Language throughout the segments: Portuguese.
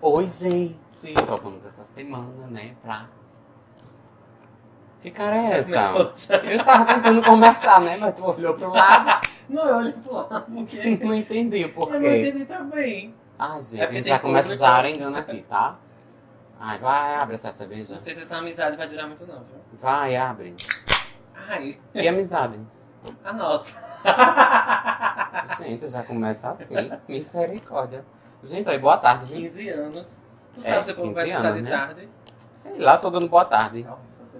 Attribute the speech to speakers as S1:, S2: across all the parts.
S1: Oi, gente! Voltamos essa semana, né? Pra. Que cara é
S2: Já
S1: essa?
S2: começou a-
S1: Eu estava tentando conversar, né? Mas tu olhou pro lado
S2: Não, eu olho pro lado.
S1: e
S2: porque
S1: não entendi o
S2: Eu não
S1: porquê.
S2: entendi também.
S1: Ai, gente,
S2: É
S1: a
S2: porque
S1: gente
S2: tem
S1: já começa
S2: público.
S1: já arengando aqui, tá? Ai, vai, abre essa cerveja.
S2: Não sei se essa amizade vai durar muito, não, viu?
S1: Vai, abre.
S2: Ai,
S1: E amizade?
S2: a nossa.
S1: Gente, já começa assim. Misericórdia. Gente, aí, boa tarde. viu?
S2: 15 anos. Tu
S1: É,
S2: sabe se o povo vai
S1: 15
S2: escutar
S1: anos,
S2: de
S1: né?
S2: tarde?
S1: Sei lá, tô dando boa tarde.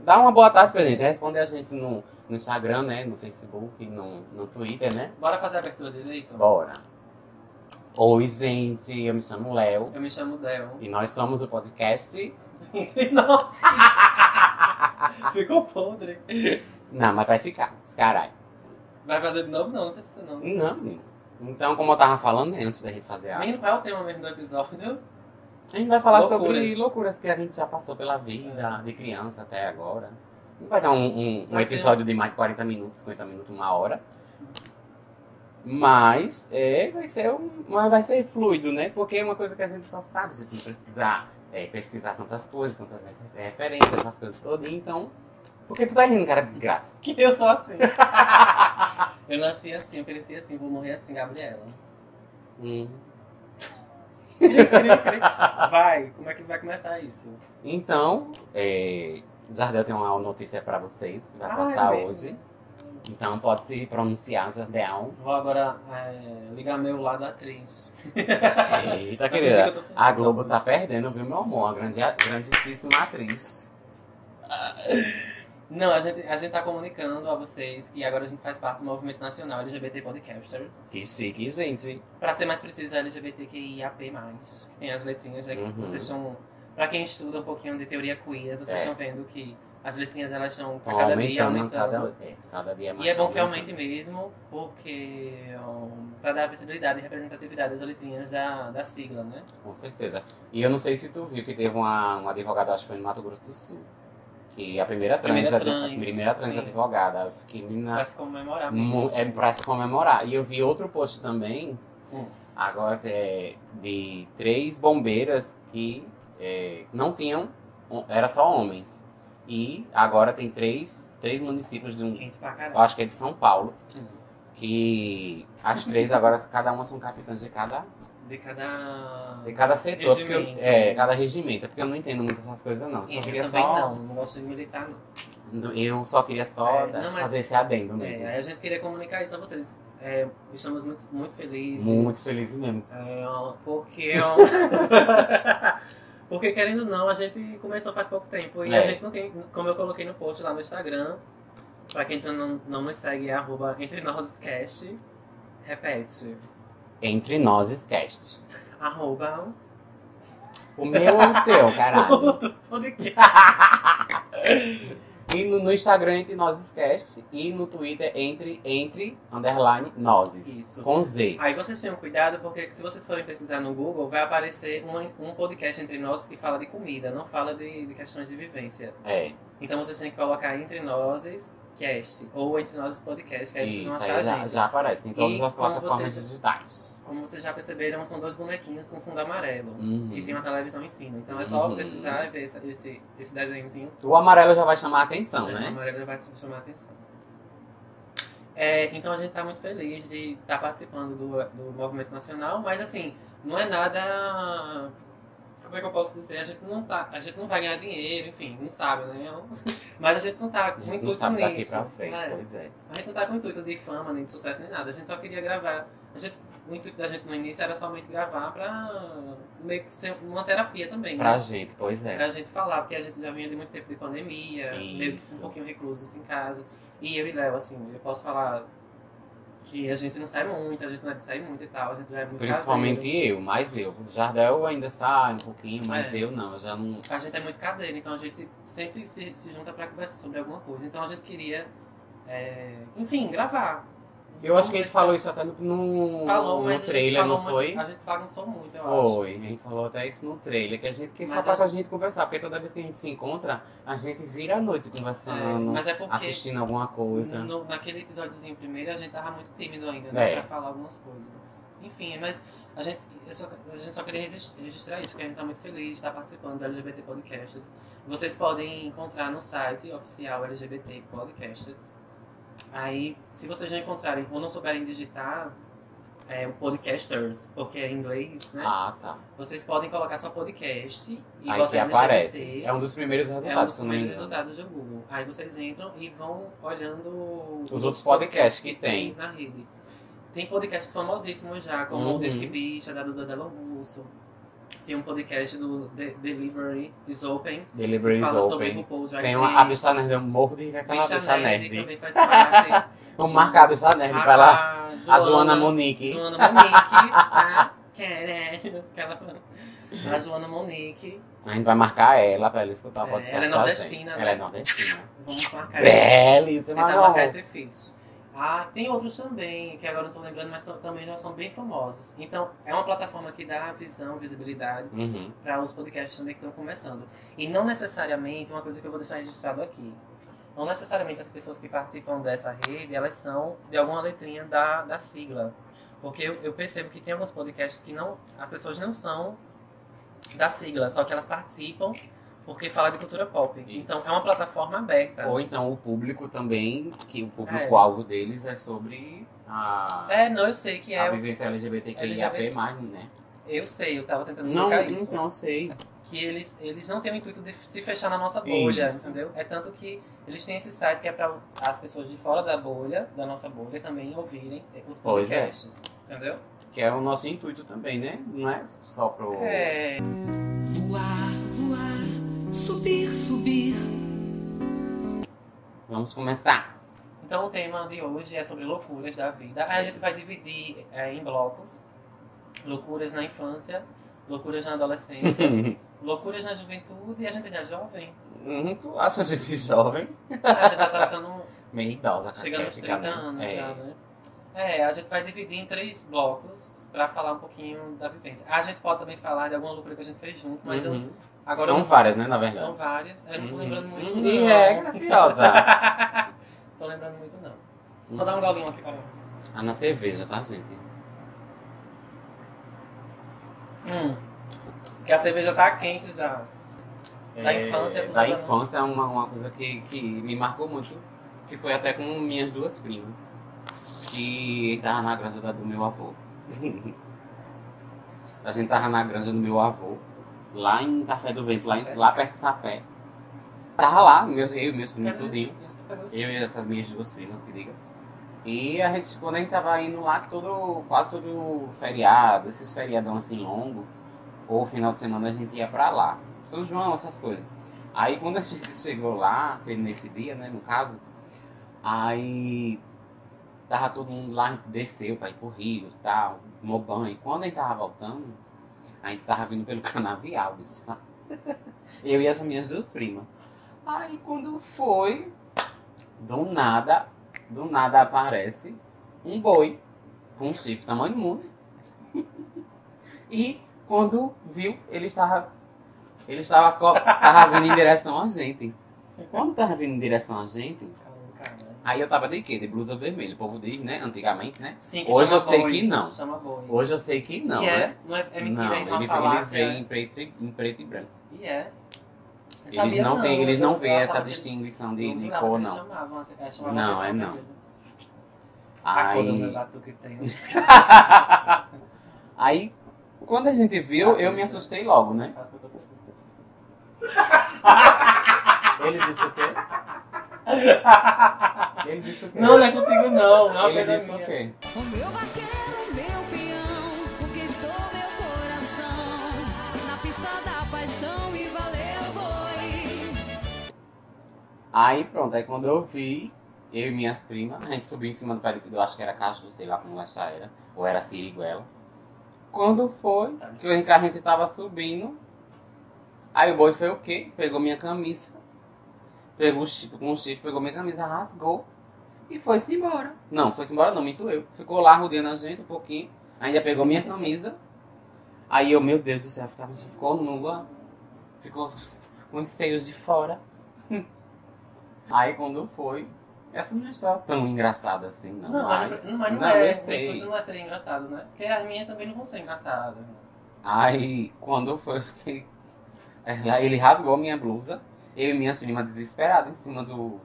S1: Dá uma boa tarde pra gente. Responde a gente no, no Instagram, né? No Facebook, no, no Twitter, né?
S2: Bora fazer a abertura direito?
S1: Bora. Oi, gente. Eu me chamo Léo.
S2: Eu me chamo Del.
S1: E nós somos o podcast.
S2: Nossa! Ficou podre.
S1: Não, mas vai ficar. esse Caralho.
S2: Vai fazer de novo? Não, não precisa não.
S1: Não, menino. Então, como eu tava falando né, antes da gente fazer a.
S2: Menino, qual é o tema mesmo do episódio?
S1: A gente vai falar
S2: Loucuras. É.
S1: sobre loucuras que a gente já passou pela vida, de criança até agora. Não vai dar um, um- um
S2: Vai ser-
S1: episódio de mais de 40 minutos, 50 minutos, uma hora. Mas é, vai ser um, mas vai ser fluido, né? Porque é uma coisa que a gente só sabe, a gente não precisa é, pesquisar tantas coisas, tantas re- referências, essas coisas todas, então. Porque tu tá rindo, cara, desgraça.
S2: Que eu sou assim. eu nasci assim, eu cresci assim, vou morrer assim, Gabriela.
S1: Hum.
S2: Vai, como é que vai começar isso?
S1: Então, é, Jardel tem uma notícia pra vocês que vai
S2: Ah, é
S1: passar
S2: mesmo?
S1: hoje. Então pode se pronunciar, Jardel.
S2: Vou agora é, ligar meu lado atriz.
S1: Eita,
S2: Vai fingir
S1: querida.
S2: que eu tô falando.
S1: A Globo tá perdendo, viu, meu amor? A grande, a grandíssima atriz.
S2: Não, a gente, a gente tá comunicando a vocês que agora a gente faz parte do movimento nacional LGBT Podcasters.
S1: Que chique, gente.
S2: Pra ser mais preciso, é LGBTQIAP+, que tem as letrinhas aqui.
S1: Uhum.
S2: Vocês estão... Pra quem estuda um pouquinho de teoria queer, vocês
S1: É.
S2: estão vendo que as letrinhas, elas estão
S1: Tá
S2: a cada dia
S1: aumentando,
S2: aumentando.
S1: Cada, é, cada dia mais.
S2: E é bom que
S1: aumentando.
S2: aumente mesmo, porque um, pra dar visibilidade e representatividade das letrinhas da, da sigla, né?
S1: Com certeza. E eu não sei se tu viu que teve uma, uma advogada, acho que foi no Mato Grosso do Sul. Que a primeira trans,
S2: Primeira
S1: a-
S2: trans,
S1: a primeira trans
S2: sim.
S1: advogada. Eu Fiquei na,
S2: Pra se comemorar
S1: Ah. Mu-
S2: mesmo.
S1: É pra se comemorar. E eu vi outro post também,
S2: Hum.
S1: agora é, de três bombeiras que é, não tinham, era só homens. E agora tem três, três municípios de um,
S2: Quente pra
S1: eu
S2: caralho.
S1: acho que é de São Paulo,
S2: Hum.
S1: que as três agora, cada uma são capitãs de cada,
S2: De cada...
S1: de cada setor, porque eu-
S2: Regimento.
S1: é, cada regimento, porque eu não entendo muito essas coisas não. Eu Só
S2: Eu
S1: queria
S2: também
S1: só,
S2: não, não gosto um de militar não.
S1: eu só queria só
S2: É, não, mas-
S1: fazer esse adendo mesmo.
S2: É, aí a gente queria comunicar isso a vocês. É, estamos muito, muito felizes.
S1: Muito feliz mesmo.
S2: É, porque... porque querendo ou não, a gente começou faz pouco tempo. E a
S1: É.
S2: gente não tem... Como eu coloquei no post lá no Instagram, pra quem então não, não nos segue, é arroba entre nós cast. Repete.
S1: Entre nós, esquece.
S2: Arroba
S1: O meu ou o teu, caralho?
S2: podcast.
S1: E no, no Instagram entre nós esquece e no Twitter entre entre underline nozes.
S2: Isso.
S1: Com Z.
S2: Aí vocês tenham cuidado, porque se vocês forem pesquisar no Google, vai aparecer um, um podcast entre nós que fala de comida, não fala de- de questões de vivência.
S1: É.
S2: Então vocês têm que colocar Entre Nós Cast ou Entre Nós Podcast, que aí vocês vão
S1: Isso
S2: achar a
S1: aí já,
S2: gente.
S1: já aparece em todas
S2: E
S1: as
S2: como
S1: plataformas
S2: vocês-
S1: digitais.
S2: Como vocês já perceberam, são dois bonequinhos com fundo amarelo,
S1: Uhum.
S2: que tem uma televisão em cima. Então é só
S1: Uhum.
S2: pesquisar e ver esse, esse, esse desenhozinho.
S1: O amarelo já vai chamar a atenção,
S2: É, O
S1: né?
S2: amarelo vai chamar a atenção. É, então a gente tá muito feliz de estar participando do, do movimento nacional, mas assim, não é nada. Como é que eu posso dizer? A gente não, tá, a gente não vai ganhar dinheiro, enfim, não sabe, né? Mas a gente não tá
S1: A
S2: com
S1: gente não
S2: intuito
S1: sabe daqui
S2: nisso.
S1: pra frente,
S2: né?
S1: pois é.
S2: A gente não tá com intuito de fama, nem de sucesso, nem nada. A gente só queria gravar. A gente, o intuito da gente no início era somente gravar pra meio que ser uma terapia também. né?
S1: Pra gente, pois é.
S2: Pra gente falar, porque a gente já vinha de muito tempo de pandemia, meio que um
S1: Isso.
S2: pouquinho reclusos em casa. E eu e Léo, assim, eu posso falar que a gente não sai muito, a gente não é de sair muito e tal, a gente já é muito
S1: Principalmente eu, mas eu. O Jardel ainda sai um pouquinho, mas
S2: É.
S1: eu não, eu já não.
S2: caseiro. A gente é muito caseiro, então a gente sempre se, se junta pra conversar sobre alguma coisa. Então a gente queria, é, enfim, gravar.
S1: Eu acho que a gente
S2: Vamos ver se-
S1: falou isso até no, no,
S2: Falou,
S1: no
S2: mas
S1: trailer,
S2: a gente falou
S1: não foi?
S2: Muito, a gente bagunçou
S1: Então,
S2: muito, eu acho.
S1: Foi, a gente falou até isso no trailer, que a gente que
S2: Mas
S1: só
S2: a
S1: faz a gente conversar, porque toda vez que a gente se encontra, a gente vira a noite
S2: É,
S1: conversando,
S2: mas é porque
S1: assistindo alguma coisa.
S2: no- naquele episódiozinho primeiro a gente tava muito tímido ainda, né?
S1: É.
S2: Pra falar algumas coisas. Enfim, mas a gente, eu só, a gente só queria resis- registrar isso, que a gente está muito feliz de estar participando do LGBT Podcasts. Vocês podem encontrar no site oficial LGBT Podcasts. Aí, se vocês não encontrarem ou não souberem digitar, é o podcasters, porque é em inglês, né?
S1: Ah, tá.
S2: Vocês podem colocar só podcast e
S1: Aí
S2: botar
S1: que
S2: LGBT.
S1: aparece. É um dos primeiros
S2: É um
S1: resultados, né?
S2: dos
S1: se eu não me
S2: primeiros
S1: engano.
S2: resultados do Google. Aí vocês entram e vão olhando
S1: Os outros podcasts que tem.
S2: na rede. Tem podcasts famosíssimos já, como
S1: Uhum.
S2: o Disque Bicha, da Duda Delo Russo. Tem um podcast do De- Delivery is Open, que
S1: Delivery is
S2: fala sobre
S1: Open.
S2: RuPaul Drag
S1: Tem uma, a
S2: Race.
S1: bicha nerd, eu morro de rir com aquela
S2: Bicha
S1: bicha
S2: Nerd
S1: nerd.
S2: também faz parte.
S1: Vamos marcar a bicha né? nerd pra lá.
S2: a,
S1: A Joana Monique.
S2: Joana Monique. tá? a Karen, né? aquela- A Joana Monique.
S1: A gente vai marcar ela pra ela escutar o
S2: É,
S1: podcast.
S2: ela é
S1: da gente.
S2: nordestina, né?
S1: Ela é nordestina.
S2: Vamos marcar isso.
S1: É. Belíssima,
S2: Tentar
S1: amor.
S2: marcar esses feats. Ah, tem outros também, que agora eu não tô lembrando, mas são- também já são bem famosos. Então, é uma plataforma que dá visão, visibilidade
S1: Uhum.
S2: para os podcasts também que estão começando. E não necessariamente, uma coisa que eu vou deixar registrado aqui, não necessariamente as pessoas que participam dessa rede, elas são de alguma letrinha da, da sigla. Porque eu, eu percebo que tem alguns podcasts que não as pessoas não são da sigla, só que elas participam porque fala de cultura pop.
S1: Isso.
S2: Então, é É. uma plataforma aberta.
S1: Ou então o público também, que o público-alvo deles é sobre a,
S2: É, não, eu sei que
S1: a
S2: é.
S1: vivência LGBTQIAP+, né?
S2: Eu sei, eu tava tentando
S1: Não,
S2: explicar isso.
S1: então sei.
S2: Que eles, eles não têm o intuito de se fechar na nossa bolha,
S1: Isso.
S2: entendeu? É tanto que eles têm esse site que é pra as pessoas de fora da bolha, da nossa bolha, também ouvirem eh, os
S1: Pois é.
S2: podcasts, entendeu?
S1: Que é o nosso intuito também, né? Não é só pro...
S2: É,
S3: Voar, voar, subir, subir.
S1: Vamos começar.
S2: Então o tema de hoje é sobre loucuras da vida. Aí a gente vai dividir é, em blocos. Loucuras na infância, loucuras na adolescência, loucuras na juventude e a gente ainda é jovem.
S1: Hum, tu acha a gente jovem?
S2: A gente já tá ficando
S1: Meio idosa.
S2: Chegando aos 30
S1: caquética, né?
S2: anos
S1: É.
S2: já, né? É, a gente vai dividir em três blocos pra falar um pouquinho da vivência. A gente pode também falar de alguma loucura que a gente fez junto, mas eu-
S1: Uhum.
S2: agora
S1: São
S2: eu-
S1: várias, né, na verdade?
S2: são várias. Eu não tô
S1: Uhum.
S2: lembrando muito.
S1: Uhum.
S2: não.
S1: E é graciosa.
S2: tô lembrando muito, não.
S1: Uhum.
S2: Vou dar um golinho aqui para mim.
S1: Ah, na cerveja, tá, gente?
S2: Hum. Porque a cerveja tá quente já. Da infância, tudo
S1: É, Da
S2: bem.
S1: infância é uma, uma coisa que, que me marcou muito, que foi até com minhas duas primas, que tava na granja da- do meu avô. a gente tava na granja do meu avô, lá em Café do Vento, lá, em- lá perto de Sapé. Tava lá, meus, eu, e meus primos, tudinho. Eu e essas minhas duas primas, que diga. E a gente, quando a gente tava indo lá, que todo, quase todo feriado, esses feriadão assim longo, ou final de semana a gente ia pra lá. São João, essas coisas. Aí quando a gente chegou lá, teve nesse dia, né, no caso, aí tava todo mundo lá, a gente desceu pra ir pro Rio e tal, tomou banho. Quando a gente tava voltando, a gente tava vindo pelo canavial, bicho. Eu e essas minhas duas primas. Aí quando foi, do nada, do nada aparece um boi com um chifre tamanho mundo. e quando viu, ele estava. Ele estava, co- estava vindo em direção a gente. Quando estava vindo em direção a gente,
S2: Calma, calma.
S1: aí eu tava de quê? De blusa vermelha. O povo diz, né? Antigamente, né?
S2: Sim,
S1: Hoje eu
S2: chama
S1: sei
S2: boi.
S1: que não.
S2: Chama boi.
S1: Hoje eu sei que não,
S2: e
S1: né?
S2: é, não é, é mentira,
S1: não,
S2: é uma
S1: ele- eles
S2: falácia.
S1: veem em preto, e- em preto e branco.
S2: E é. Eu
S1: Eles
S2: sabia
S1: não, têm, eles não
S2: eu
S1: veem essa
S2: achava que eles-
S1: distinção de, de
S2: usava,
S1: cor,
S2: eles
S1: não.
S2: chamavam, é, chamavam
S1: Não,
S2: atenção
S1: é não.
S2: pra ele. A cor Tá do meu
S1: Aí,
S2: batuque tem. né?
S1: Aí, quando a gente viu, eu me assustei logo, né? Ele disse o quê? Ele disse o quê?
S2: Não, não é contigo não, não é
S1: Ele
S2: uma
S1: disse
S2: coisa
S1: o
S2: minha.
S1: quê?
S3: O meu vaqueiro, meu peão, conquistou meu coração. Na pista da paixão e valeu, boi.
S1: Aí, pronto, aí quando eu vi, eu e minhas primas, a gente subiu em cima do palito, eu acho que era caju, sei lá como essa era, ou era siriguela. Quando foi
S2: Tá
S1: que o Ricardo a gente tava subindo, aí o boi foi o quê? Pegou minha camisa, pegou o chifre, com o chifre, pegou minha camisa, rasgou e foi-se embora. Não, foi-se embora não, minto eu. Ficou lá rodeando a gente um pouquinho, ainda pegou minha camisa. Aí eu, meu Deus do céu, ficava- ficou nua, ficou com os seios de fora. Aí quando foi, Essa não está tão engraçada assim, não.
S2: Não, mas não, mas não,
S1: não,
S2: é.
S1: eu
S2: nem
S1: sei.
S2: Tudo não vai ser engraçado, né? Porque as minhas também não vão ser engraçadas.
S1: Aí, quando foi que é, ele rasgou minha blusa, eu e minhas primas desesperadas em cima do.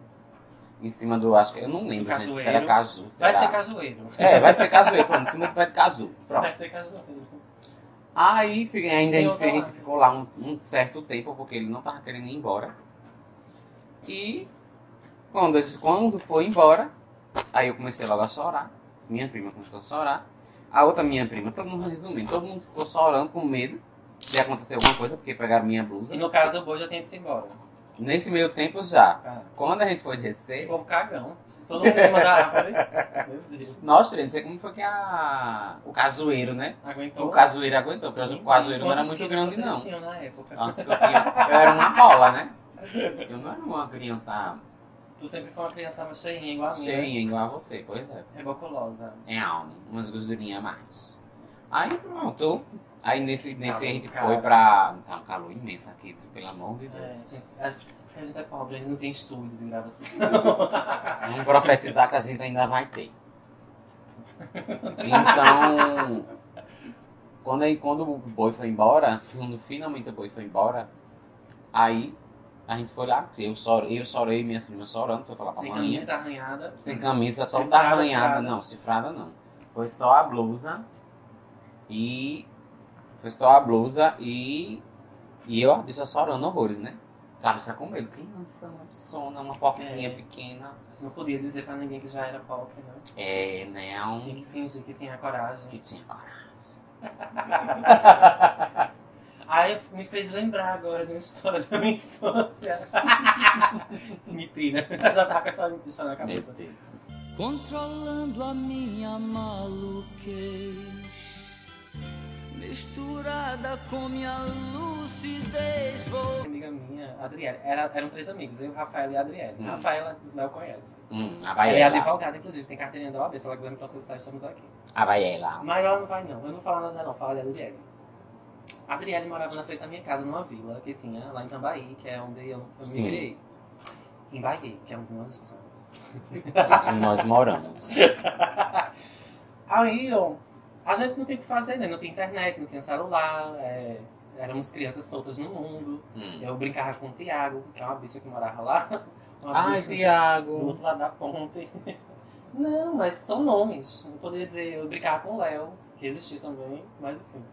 S1: Em cima do. Acho que. Eu não lembro gente, se era
S2: Cajueiro.
S1: caju. se
S2: Vai
S1: era-
S2: ser cajueiro.
S1: É, vai ser cajueiro, pronto, em cima do pé de caju. Pronto.
S2: Vai ser cajueiro.
S1: Aí fi- ainda a
S2: Eu
S1: gente, fi- a
S2: vou lá.
S1: gente ficou lá um, um certo tempo, porque ele não tava querendo ir embora. E quando, ele- quando foi embora, aí eu comecei logo a chorar. Minha prima começou a chorar. A outra minha prima, todo mundo resumindo, todo mundo ficou chorando com medo de acontecer alguma coisa, porque pegaram minha blusa.
S2: E no caso, o boi já tem que ir embora.
S1: Nesse meio tempo já,
S2: Cara,
S1: quando a gente foi
S2: o
S1: descer,
S2: povo cagão. Todo mundo em cima da árvore. Meu Deus.
S1: nós três, não sei como foi que a, o casueiro, né?
S2: Aguentou.
S1: O casueiro aguentou, porque o casueiro não era
S2: Quantos
S1: muito grande,
S2: quilos vocês
S1: não.
S2: tinham na época?
S1: Antes É que eu, tinha- eu era uma bola, né? Eu não era uma criança
S2: Tu sempre foi uma criança cheinha, igual a minha.
S1: cheinha igual a você, pois é.
S2: Reboculosa.
S1: É alma, umas gordurinhas a mais. Aí pronto. Aí nesse, nesse
S2: Tá
S1: a gente
S2: bom,
S1: foi pra. Tá um calor imenso aqui, pelo amor de
S2: É,
S1: Deus.
S2: gente, a gente- a gente é pobre, a gente não tem estúdio de gravação.
S1: Vamos profetizar que a gente ainda vai ter. Então. Quando, aí, quando o boi foi embora, quando finalmente o boi foi embora, aí a gente foi lá, eu chorei, eu chorei, minhas primas chorando, foi falar pra
S2: Sem
S1: maninha.
S2: camisa arranhada.
S1: Sem camisa, toda
S2: Cifrada,
S1: arranhada.
S2: frada.
S1: Não, cifrada não. Foi só a blusa e. Foi só a blusa e. E eu, a bicha chorando horrores, né? A bicha com medo. Criança, uma psona, uma poquinha
S2: É.
S1: pequena.
S2: Não podia dizer pra ninguém que já era pobre, né?
S1: É, né?
S2: Tem
S1: Um
S2: que fingir que tinha coragem.
S1: que tinha coragem.
S2: Aí eu- me fez lembrar agora de uma história da minha infância. Mentira. Eu já tava com essa história
S1: Meu
S2: na cabeça.
S1: Deus.
S4: controlando a minha maluquez. Misturada com minha lucidez, vou
S2: Uma amiga minha, a Adriele, era, eram três amigos, eu, Rafael e a Adriele.
S1: Hum.
S2: Rafaela não conhece.
S1: Hum, a
S2: Ela é
S1: Baiela.
S2: advogada, inclusive, tem carteirinha da OAB, se ela quiser me processar, estamos aqui.
S1: A Baiela.
S2: Ah, Mas ela não vai não, eu não vou falar nada não, fala da Adriele. A Adriele morava na frente da minha casa, numa vila que tinha lá em Tambaí, que é onde eu, eu
S1: Sim.
S2: migrei. Em Bahia, que é onde nós estamos.
S1: Onde nós moramos.
S2: Aí, ó, a gente não tem o que fazer, né? Não tem internet, não tem celular, é, éramos crianças soltas no mundo.
S1: Hum.
S2: Eu brincava com o Tiago, que é uma bicha que morava lá. Uma
S1: Ai,
S2: bicha do
S1: Tiago.
S2: outro lado da ponte. Não, mas são nomes. Não poderia dizer, eu brincava com o Léo, que existia também, mas enfim.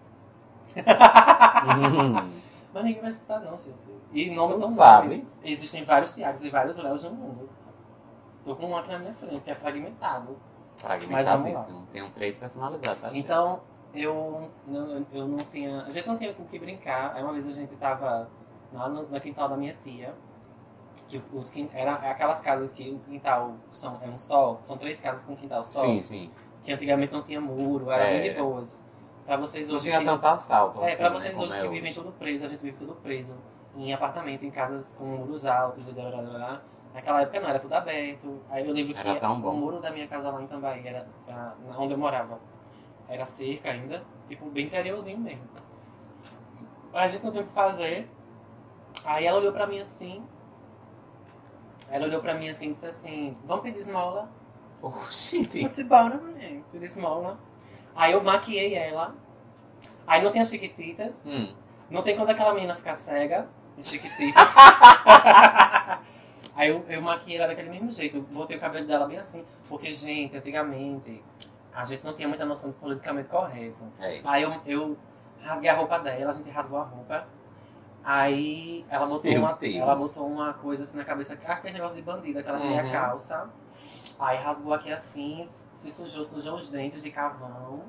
S1: Hum.
S2: Mas ninguém vai citar, não, gente. E nomes
S1: Tu
S2: são
S1: Então sabe.
S2: nomes. Existem vários Tiagos e vários Léos no mundo. Tô com um aqui na minha frente, que é fragmentado.
S1: Fragmentadíssimo. Tem um três personalidades, tá? gente?
S2: Então, eu não, eu não tinha. A gente não tinha com o que brincar. Aí uma vez a gente tava lá no, no quintal da minha tia. Que os, quin- era aquelas casas que o quintal são, é um sol, são três casas com quintal sol.
S1: Sim, sim.
S2: Que antigamente não tinha muro, era
S1: É.
S2: muito de boas. Pra vocês
S1: Não
S2: hoje.
S1: tinha
S2: que-
S1: tanto assalto.
S2: É,
S1: assim,
S2: pra
S1: né,
S2: vocês
S1: como
S2: hoje
S1: é
S2: que vivem tudo preso, a gente vive tudo preso. Em apartamento, em casas com muros altos, blá, blá, blá, blá. naquela época não, era tudo aberto. Aí eu lembro
S1: Era
S2: que
S1: tão bom.
S2: o muro da minha casa lá em Tambaí, era, era onde eu morava, era cerca ainda, tipo, bem interiorzinho mesmo. A gente não tem o que fazer. Aí ela olhou pra mim assim. Ela olhou pra mim assim e disse assim, vamos pedir esmola?
S1: Oxi, tem-
S2: Pode ser bom, né, mulher? Pedir esmola. Aí eu maquiei ela. Aí não tem as chiquititas.
S1: Hum.
S2: Não tem quando aquela menina ficar cega, em Chiquititas. Aí eu, eu maquiei ela daquele mesmo jeito, eu botei o cabelo dela bem assim. Porque, gente, antigamente a gente não tinha muita noção de politicamente correto.
S1: É.
S2: Aí eu, eu rasguei a roupa dela, a gente rasgou a roupa. Aí ela botou,
S1: Meu
S2: uma,
S1: Deus.
S2: ela botou uma coisa assim na cabeça, aquele negócio de bandida, aquela meia
S1: Uhum.
S2: calça. Aí rasgou aqui assim, se sujou, sujou os dentes de cavão.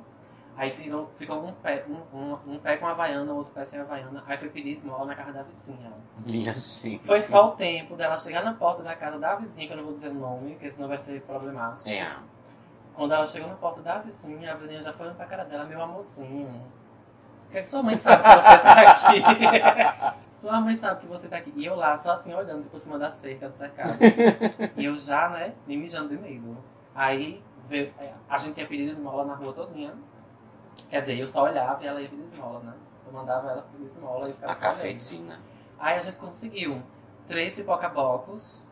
S2: Aí tirou, ficou um pé, um, um, um pé com havaiana, outro pé sem havaiana. Aí foi pedir esmola na casa da vizinha.
S1: Minha gente.
S2: Foi só o tempo dela chegar na porta da casa da vizinha, que eu não vou dizer o nome, porque senão vai ser problemático.
S1: É.
S2: Quando ela chegou na porta da vizinha, a vizinha já foi olhando pra cara dela, meu amorzinho. O que é que sua mãe sabe que você tá aqui? sua mãe sabe que você tá aqui. E eu lá, só assim, olhando por cima da cerca do cercado. e eu já, né, me mijando de medo. Aí, veio- é, a gente ia pedir esmola na rua todinha. Quer dizer, eu só olhava e ela ia pedir esmola, né? Eu mandava ela pedir esmola e eu ficava
S1: A
S2: só olhando.
S1: cafetina.
S2: Aí a gente conseguiu três pipoca-bocos,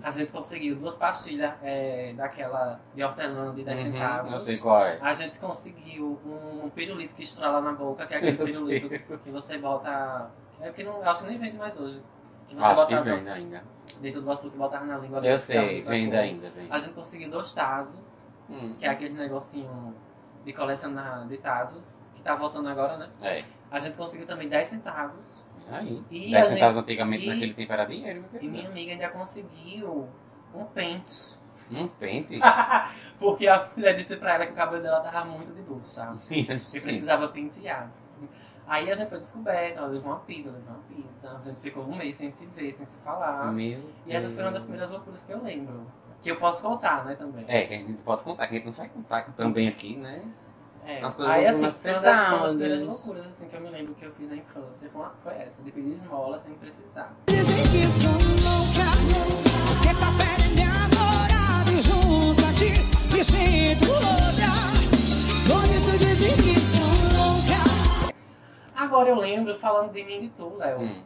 S2: A gente conseguiu duas pastilhas é, daquela de hortelã de 10 centavos.
S1: Uhum, eu sei qual é.
S2: A gente conseguiu um, um pirulito que estrala na boca, que é aquele
S1: Meu
S2: pirulito
S1: Deus.
S2: que você bota. É porque não, acho que nem vende mais hoje. Que você
S1: Acho que
S2: botava
S1: vende ainda.
S2: dentro do açúcar e botava na língua.
S1: Eu
S2: deve
S1: sei,
S2: ficar muita
S1: vende
S2: cor.
S1: ainda, vende.
S2: A gente conseguiu dois tazos,
S1: Hum,
S2: que é aquele negocinho de colecionar de tazos, que tá voltando agora, né?
S1: É,
S2: A gente conseguiu também 10 centavos.
S1: aí.
S2: E
S1: 10
S2: a gente-
S1: centavos antigamente
S2: e-
S1: naquele tempo era dinheiro, meu
S2: E minha
S1: querido.
S2: amiga ainda conseguiu um pente.
S1: Um pente?
S2: Ah, Porque a mulher disse pra ela que o cabelo dela tava muito de bucha.
S1: Minha
S2: E
S1: gente.
S2: precisava pentear. Aí a gente foi descoberta, ela levou uma pizza, eu levei uma pizza. A gente ficou um mês sem se ver, sem se falar.
S1: Meu
S2: E essa foi uma das
S1: Deus.
S2: primeiras loucuras que eu lembro. Que eu posso contar, né, também.
S1: É, que a gente pode contar, que a gente não vai contar também aqui, né?
S2: É.
S1: As coisas
S2: Aí, assim,
S1: mais
S2: foi uma das- foi uma das
S1: pesadas.
S2: primeiras loucuras assim, que eu me lembro que eu fiz na infância foi, uma- foi essa, de pedir esmola sem precisar.
S5: Dizem que sou louca, porque tá perto de namorado e junta-te, me sinto louca. Por isso dizem que sou louca.
S2: Agora eu lembro, falando de mim e de tu, Léo.
S1: Hum.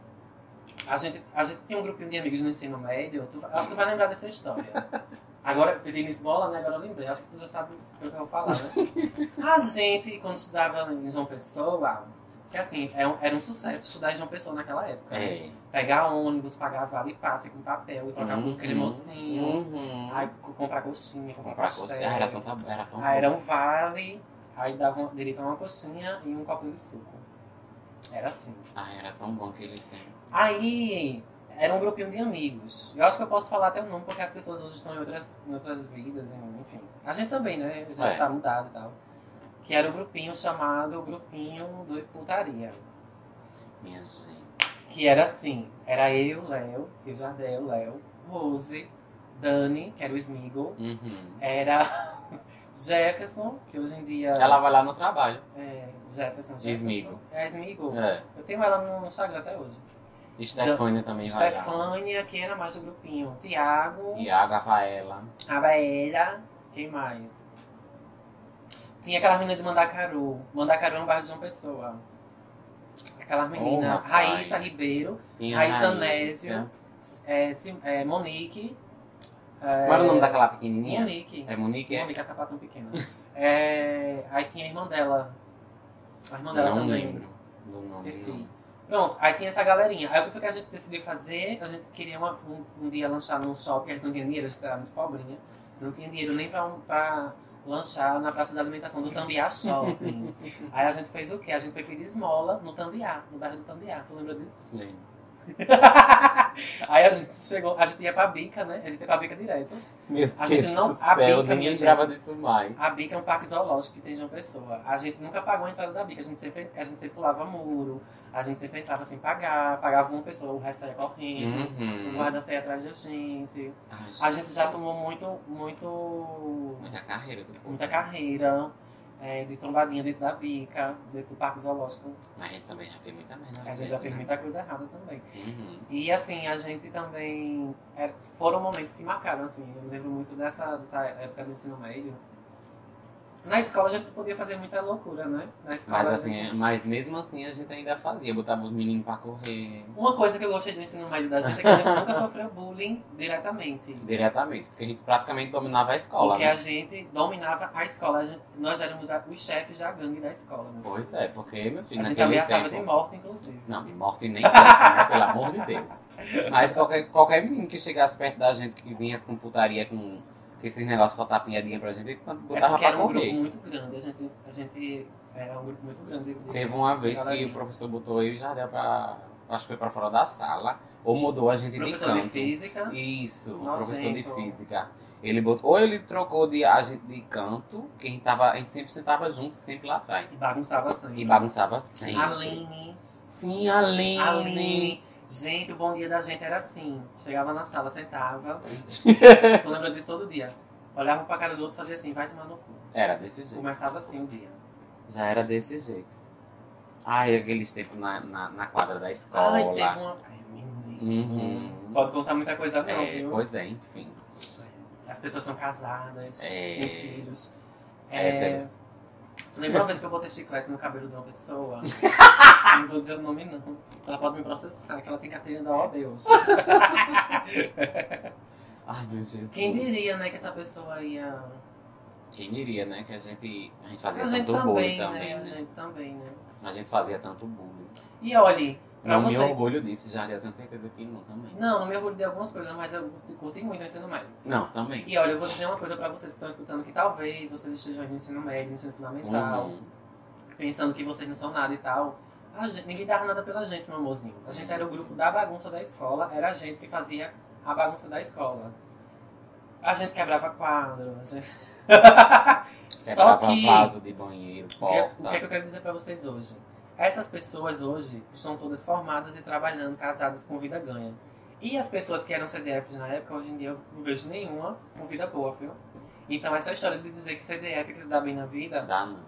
S2: A gente, a gente tem um grupinho de amigos no ensino médio. Tu, acho que tu vai lembrar dessa história. Agora, pedindo esmola, né? Agora eu lembrei. Acho que tu já sabe o que eu vou falar, né? A gente, quando estudava em João Pessoa, que assim, é um- era um sucesso estudar em João Pessoa naquela época.
S1: É.
S2: Pegar ônibus, pagar vale e passe com papel e trocar
S1: Uhum.
S2: com cremosinho.
S1: Uhum.
S2: Aí co- comprar coxinha, comprar,
S1: Comprar
S2: pastel.
S1: coxinha, era tão, tá- era tão
S2: Aí
S1: bom.
S2: era um vale, aí dava um- direito a uma coxinha e um copinho de suco. Era assim.
S1: Ah, era tão bom que ele tem.
S2: Aí era um grupinho de amigos. Eu acho que eu posso falar até o nome, porque as pessoas hoje estão em outras, em outras vidas, em- enfim. A gente também, né? Já
S1: É.
S2: tá mudado e tal. Que era o grupinho chamado Grupinho do Putaria.
S1: Minha gente.
S2: Que era assim, era eu, Léo, eu, Jardel, Léo, Rose, Dani, que era o Smiggle,
S1: Uhum.
S2: era Jefferson, que hoje em dia...
S1: Ela vai lá no trabalho.
S2: É, Jefferson, Jefferson.
S1: Smiggle.
S2: É, Smiggle.
S1: É.
S2: Eu tenho ela no Instagram até hoje.
S1: E Stefania também vai lá.
S2: Stefânia, que era mais do grupinho. Tiago,
S1: Iago, Rafaela.
S2: Rafaela, quem mais? Tinha aquela menina de Mandacaru. Mandacaru é um bairro de João Pessoa. Aquela menina,
S1: Oh, rapaz.
S2: Raíssa Ribeiro,
S1: Tinha
S2: Raíssa Nésio.
S1: Como
S2: é, Sim- é, Monique. É,
S1: era o nome daquela pequenininha?
S2: Monique.
S1: É Monique? é?
S2: Monique, a sapatão pequena. É, aí tinha a irmã dela. A irmã dela
S1: Não
S2: também.
S1: lembro do nome.
S2: Esqueci.
S1: não.
S2: Pronto, aí tinha essa galerinha. Aí o que foi que a gente decidiu fazer? A gente queria uma- um, um dia lanchar num shopping, a gente não tinha dinheiro, a gente tava muito pobrinha. Não tinha dinheiro nem pra, um- pra lanchar na praça da alimentação do Tambiá Shopping. aí a gente fez o quê? A gente foi pedir esmola no Tambiá, no bairro do Tambiá. Tu lembra disso?
S1: Lembro.
S2: aí a gente chegou, a gente ia pra bica, né? A gente ia pra bica direto.
S1: Meu
S2: A
S1: Deus
S2: gente não-
S1: do
S2: a
S1: céu,
S2: bica,
S1: ninguém
S2: minha
S1: lembrava disso mais.
S2: A bica é um parque zoológico que tem de uma pessoa. A gente nunca pagou a entrada da bica, a gente sempre, a gente sempre pulava muro, a gente sempre entrava sem pagar, pagava uma pessoa, o resto saía correndo. O
S1: Uhum.
S2: guarda saía atrás da gente.
S1: Ai,
S2: A
S1: Jesus.
S2: gente já tomou muito, muito,
S1: Muita carreira do povo. né?
S2: muita carreira é, de trombadinha dentro da bica, dentro do parque zoológico.
S1: Mas a gente também já fez muita merda. né?
S2: A gente já fez muita coisa errada também.
S1: Uhum.
S2: E assim, a gente também. é, foram momentos que marcaram, assim. Eu me lembro muito dessa, dessa época do ensino médio. Na escola a gente podia fazer muita loucura, né? Na escola.
S1: Mas,
S2: a
S1: assim,
S2: gente-
S1: mas mesmo assim a gente ainda fazia, botava os meninos pra correr
S2: Uma coisa que eu gostei do ensino médio da gente é que a gente nunca sofreu bullying diretamente.
S1: diretamente, porque a gente praticamente dominava a escola,
S2: Porque a
S1: né?
S2: gente dominava a escola. A gente- nós éramos a- os chefes da gangue da escola. Né?
S1: Pois é, porque, meu filho,
S2: a gente
S1: naquele
S2: ameaçava
S1: tempo...
S2: de morte, inclusive.
S1: Não, de morte nem tanto, né? Pelo amor de Deus. Mas qualquer, qualquer menino que chegasse perto da gente, que vinha com putaria, com, com esses negócios só tapinhadinha pra gente,
S2: é
S1: botava
S2: porque
S1: pra
S2: era um grupo
S1: correr.
S2: muito grande. A gente, a gente era um grupo muito grande. de-
S1: Teve uma vez que
S2: Galerinha.
S1: o professor botou eu e o Jardel pra... Acho que foi pra fora da sala, ou mudou a gente
S2: professor de
S1: canto.
S2: física.
S1: Isso,
S2: Nojento.
S1: professor de física. Ele botou, ou ele trocou de a gente de canto, que a gente, tava, a gente sempre sentava junto, sempre lá
S2: E
S1: atrás.
S2: bagunçava sangue.
S1: E bagunçava sempre.
S2: Aline,
S1: Sim, Aline.
S2: Aline. Gente, o bom dia da gente era assim. Chegava na sala, sentava. Tô lembrando disso todo dia. Olhava um pra cara do outro e fazia assim, vai tomar no cu.
S1: Era desse jeito.
S2: Começava assim o dia.
S1: Já era desse jeito. Ai, aqueles tempos na, na, na quadra da escola.
S2: Ai, teve uma. Ai, menino.
S1: Uhum.
S2: Pode contar muita coisa não,
S1: É,
S2: viu?
S1: pois é, enfim.
S2: As pessoas são casadas,
S1: É.
S2: têm filhos.
S1: É,
S2: É,
S1: Deus.
S2: lembra uma vez que eu botei chiclete no cabelo de uma pessoa? não vou dizer o nome, não. Ela pode me processar, que ela tem carteirinha da OAB hoje.
S1: Ai, meu Jesus.
S2: Quem diria, né, que essa pessoa ia.
S1: Quem diria, né? Que a gente, a gente fazia
S2: A gente
S1: tanto
S2: também,
S1: bullying
S2: né?
S1: também.
S2: A gente também, né?
S1: A gente fazia tanto bullying.
S2: E olhe, pra
S1: Não me
S2: você.
S1: orgulho disso, já eu tenho certeza que não também.
S2: Não, não me orgulho de algumas coisas, mas eu curti muito o ensino médio.
S1: Não, também.
S2: E olha, eu vou dizer uma coisa pra vocês que estão escutando, que talvez vocês estejam no ensino médio, no ensino fundamental,
S1: Uhum.
S2: pensando que vocês não são nada e tal. A gente- ninguém dava nada pela gente, meu amorzinho. A gente era o grupo da bagunça da escola, era a gente que fazia a bagunça da escola. A gente quebrava quadro, a gente... Só
S1: Quebrava
S2: que...
S1: vaso de banheiro,
S2: O que- O que, é que eu
S1: porta.
S2: quero dizer pra vocês hoje? Essas pessoas hoje estão todas formadas e trabalhando, casadas com vida ganha. E as pessoas que eram CDFs na época, hoje em dia eu não vejo nenhuma com vida boa, viu? Então essa história de dizer que CDF que se dá bem na vida,
S1: Dá, não.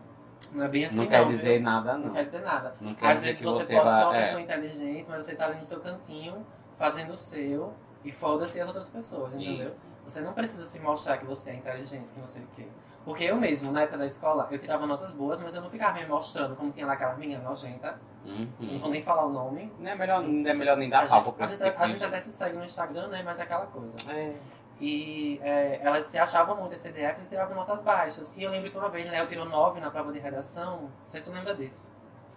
S2: não é bem assim
S1: não
S2: não,
S1: quer
S2: viu?
S1: dizer nada,
S2: Não
S1: não.
S2: quer dizer nada.
S1: Não quer
S2: Às
S1: dizer
S2: vezes
S1: que
S2: você,
S1: você
S2: pode ser
S1: vá.
S2: uma
S1: é,
S2: pessoa inteligente, mas você tá ali no seu cantinho, fazendo o seu, e foda-se as outras pessoas, entendeu?
S1: isso.
S2: Você não precisa se mostrar que você é inteligente, que não sei o quê. Porque eu mesmo, na época da escola, eu tirava notas boas, mas eu não ficava me mostrando como tinha lá aquela menina nojenta. Não
S1: Uhum.
S2: vou nem falar o nome.
S1: Não é melhor, não é melhor nem
S2: A
S1: dar palco
S2: gente,
S1: pra
S2: a,
S1: esse
S2: gente,
S1: tipo
S2: a
S1: de
S2: gente até se segue no Instagram, né? Mas é aquela coisa.
S1: É.
S2: E é, elas se achavam muito as CDFs e tiravam notas baixas. E eu lembro que uma vez, né, eu tirou 9 na prova de redação. Não sei se tu lembra desse.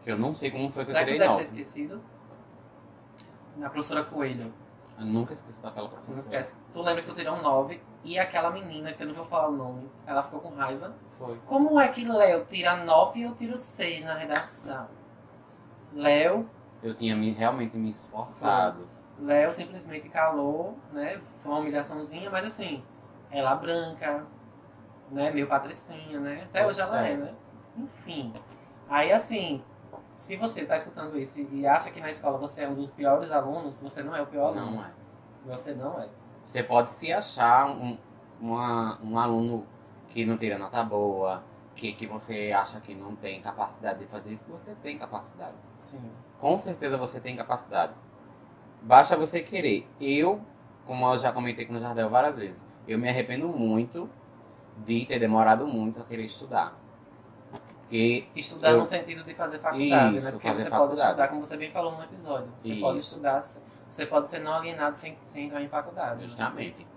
S1: Eu não sei como foi que
S2: Será
S1: eu
S2: que tu
S1: tirei,
S2: deve
S1: não.
S2: ter esquecido? Na professora Coelho.
S1: Eu nunca esqueci daquela
S2: Tu não
S1: professora.
S2: esquece. Tu lembra que tu tirou um 9 e aquela menina, que eu não vou falar o nome, ela ficou com raiva.
S1: Foi.
S2: Como é que Léo tira 9 e eu tiro 6 na redação? Léo,
S1: Eu tinha me- realmente me esforçado.
S2: Léo simplesmente calou, né? Foi uma humilhaçãozinha, mas assim, ela branca, né? Meio patricinha, né? Até
S1: Pois
S2: hoje ela
S1: é.
S2: é, né? Enfim. Aí assim, se você tá escutando isso e acha que na escola você é um dos piores alunos, você não é o pior aluno.
S1: Não é.
S2: Você não é.
S1: Você pode se achar um, uma- um aluno que não tira nota boa, que, que você acha que não tem capacidade de fazer isso. Você tem capacidade.
S2: Sim.
S1: Com certeza você tem capacidade. Basta você querer. Eu, como eu já comentei com o Jardel várias vezes, eu me arrependo muito de ter demorado muito a querer estudar. Porque
S2: Estudar
S1: Eu-
S2: no sentido de fazer faculdade, né?
S1: Isso,
S2: Porque
S1: fazer
S2: você pode
S1: faculdade.
S2: estudar, como você bem falou no episódio. Você pode
S1: Isso.
S2: estudar, você pode ser não alienado sem, sem entrar em faculdade. né?
S1: Justamente.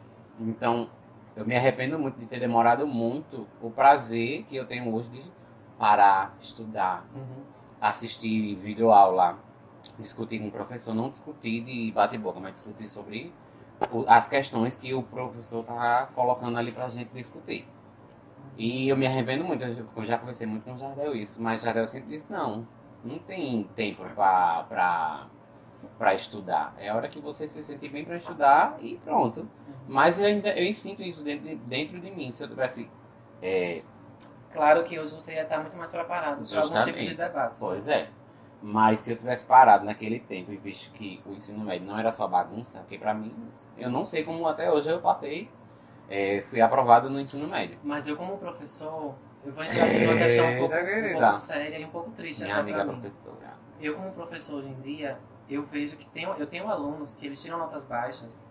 S1: Então, eu me arrependo muito de ter demorado muito o prazer que eu tenho hoje de parar, estudar,
S2: Uhum.
S1: assistir videoaula, discutir com o professor, não discutir de bate-boca, mas discutir sobre o- as questões que o professor tá colocando ali pra gente discutir. E eu me arrependo muito, eu já- eu já conversei muito com o Jardel isso, mas o Jardel sempre disse, não, não tem tempo pra, pra, pra estudar. É a hora que você se sentir bem pra estudar e pronto. Mas eu ainda eu sinto isso dentro de, dentro de mim. Se eu tivesse é,
S2: Claro que hoje você ia estar muito mais preparado para algum tipo de
S1: Justamente.
S2: debate.
S1: Pois é. Mas se eu tivesse parado naquele tempo e visto que o ensino médio não era só bagunça, porque pra mim, eu não sei como até hoje eu passei, eh, fui aprovado no ensino médio.
S2: Mas eu, como professor, eu vou entrar aqui numa questão um pouco,
S1: Eita,
S2: um
S1: querida.
S2: pouco séria e um pouco triste
S1: É. Minha
S2: até
S1: amiga é
S2: pra mim.
S1: professora.
S2: Eu, como professor hoje em dia, eu vejo que tem, eu tenho alunos que eles tiram notas baixas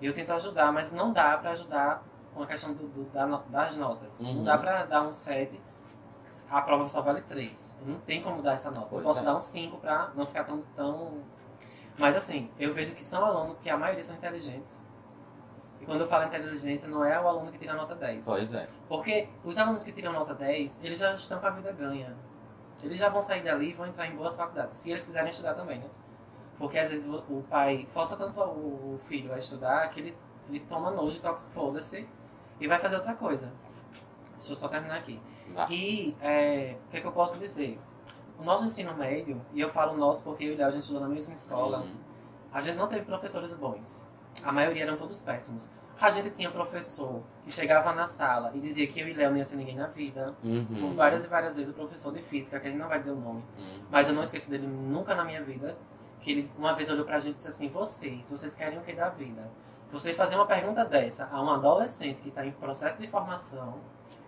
S2: e eu tento ajudar, mas não dá pra ajudar com a questão do, do- da no- das notas. Não
S1: Uhum.
S2: dá pra dar um 7, a prova só vale 3. Não tem como dar essa nota.
S1: Pois
S2: eu posso
S1: é.
S2: dar um 5 pra não ficar tão, tão. Mas assim, eu vejo que são alunos que a maioria são inteligentes. E quando eu falo inteligência, não é o aluno que tira a nota 10.
S1: Pois é.
S2: Porque os alunos que tiram nota 10, eles já estão com a vida ganha. Eles já vão sair dali e vão entrar em boas faculdades, se eles quiserem estudar também, né? Porque às vezes o o pai força tanto o o filho a estudar que ele, ele toma nojo, toca foda-se e vai fazer outra coisa. Deixa eu só terminar aqui.
S1: Vá.
S2: E é, o que, é que eu posso dizer? O nosso ensino médio, e eu falo nosso porque eu e o Léo, a gente estudou na mesma escola,
S1: Hum,
S2: a gente não teve professores bons. A maioria eram todos péssimos. A gente tinha professor que chegava na sala e dizia que eu e Léo não ia ser ninguém na vida.
S1: uhum,
S2: Por várias e várias vezes o professor de física, que a gente não vai dizer o nome,
S1: hum.
S2: mas eu não esqueci dele nunca na minha vida, que ele uma vez olhou pra gente e disse assim, vocês, vocês querem o que da vida? Você fazer uma pergunta dessa a um adolescente que tá em processo de formação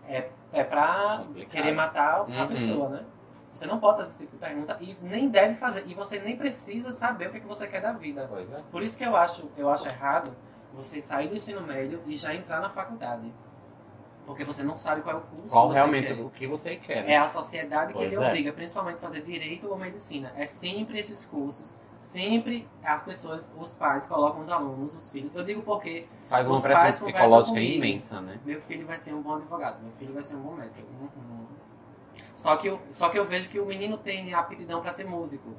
S2: é, é pra
S1: Complicado.
S2: querer matar a
S1: Uhum.
S2: pessoa, né? Você não pode fazer esse tipo de pergunta e nem deve fazer. E você nem precisa saber o que, é que você quer da vida.
S1: Pois é.
S2: Por isso que eu acho, eu acho errado você sair do ensino médio e já entrar na faculdade. Porque você não sabe qual é o curso que
S1: Qual
S2: você
S1: realmente
S2: quer.
S1: o que você quer?
S2: É
S1: né?
S2: a sociedade que
S1: Pois
S2: lhe
S1: é.
S2: obriga, principalmente fazer direito ou medicina. É sempre esses cursos sempre as pessoas, os pais colocam os alunos, os filhos. Eu digo porque
S1: Faz uma
S2: Os
S1: pressão
S2: pais conversam
S1: psicológica
S2: comigo.
S1: imensa, né?
S2: meu filho vai ser um bom advogado, meu filho vai ser um bom médico. Hum, hum. Só, que eu, só que eu vejo que o menino tem aptidão pra ser músico.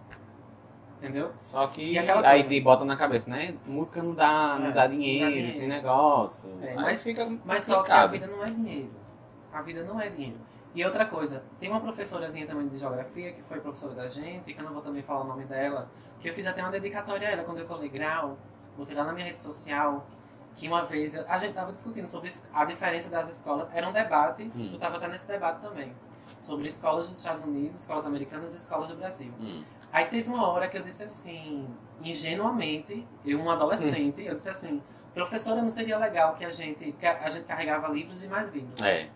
S2: Entendeu?
S1: Só que
S2: E aquela
S1: aí
S2: coisa.
S1: de- bota na cabeça, né? Música não dá, não dá
S2: É, não dá
S1: dinheiro,
S2: dinheiro.
S1: esse negócio.
S2: É,
S1: Aí
S2: mas-
S1: fica
S2: Mas só que a
S1: complicado.
S2: vida não é dinheiro. A vida não é dinheiro. E outra coisa, tem uma professorazinha também de geografia que foi professora da gente, que eu não vou também falar o nome dela, que eu fiz até uma dedicatória a ela quando eu colei grau, botei lá na minha rede social, que uma vez eu- a gente tava discutindo sobre es- a diferença das escolas, era um debate,
S1: Hum.
S2: tu tava até nesse debate também, sobre escolas dos Estados Unidos, escolas americanas e escolas do Brasil.
S1: Hum.
S2: Aí teve uma hora que eu disse assim, ingenuamente, eu, um adolescente, eu disse assim, professora, não seria legal que a gente, que a a gente carregava livros e mais livros.
S1: É.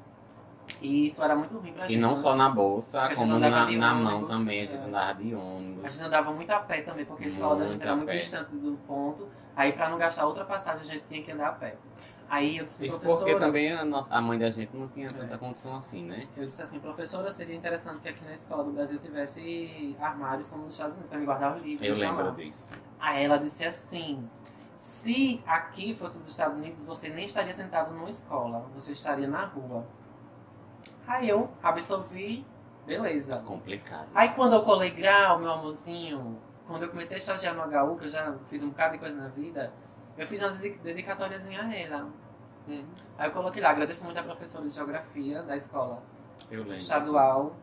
S2: E isso era muito ruim pra
S1: E
S2: gente.
S1: não
S2: né?
S1: só na
S2: A
S1: bolsa,
S2: gente
S1: como
S2: andava
S1: na,
S2: de
S1: na
S2: ônibus,
S1: mão também, a gente
S2: é.
S1: andava de
S2: A gente
S1: ônibus.
S2: andava muito a pé também, porque a escola da gente
S1: Muito
S2: era
S1: a
S2: muito
S1: pé.
S2: distante do ponto. Aí pra não gastar outra passagem, a gente tinha que andar a pé. Aí eu disse,
S1: Isso
S2: professora...
S1: porque também a, nossa- a mãe da gente não tinha tanta condição assim, né?
S2: Eu disse assim, professora, seria interessante que aqui na escola do Brasil tivesse armários como nos Estados Unidos, pra me guardar os livros.
S1: Eu
S2: me
S1: lembro
S2: chamar."
S1: disso.
S2: Aí ela disse assim: se aqui fosse os Estados Unidos, você nem estaria sentado numa escola, você estaria na rua. Aí eu absorvi, beleza.
S1: Tá Complicado.
S2: Aí quando eu colei grau, meu amorzinho, quando eu comecei a estagiar no HU, que eu já fiz um bocado de coisa na vida, eu fiz uma dedi- dedicatóriazinha a ela.
S1: Hum.
S2: Aí eu coloquei lá, agradeço muito a professora de geografia da escola
S1: Eu lembro disso.
S2: estadual,
S1: Tal,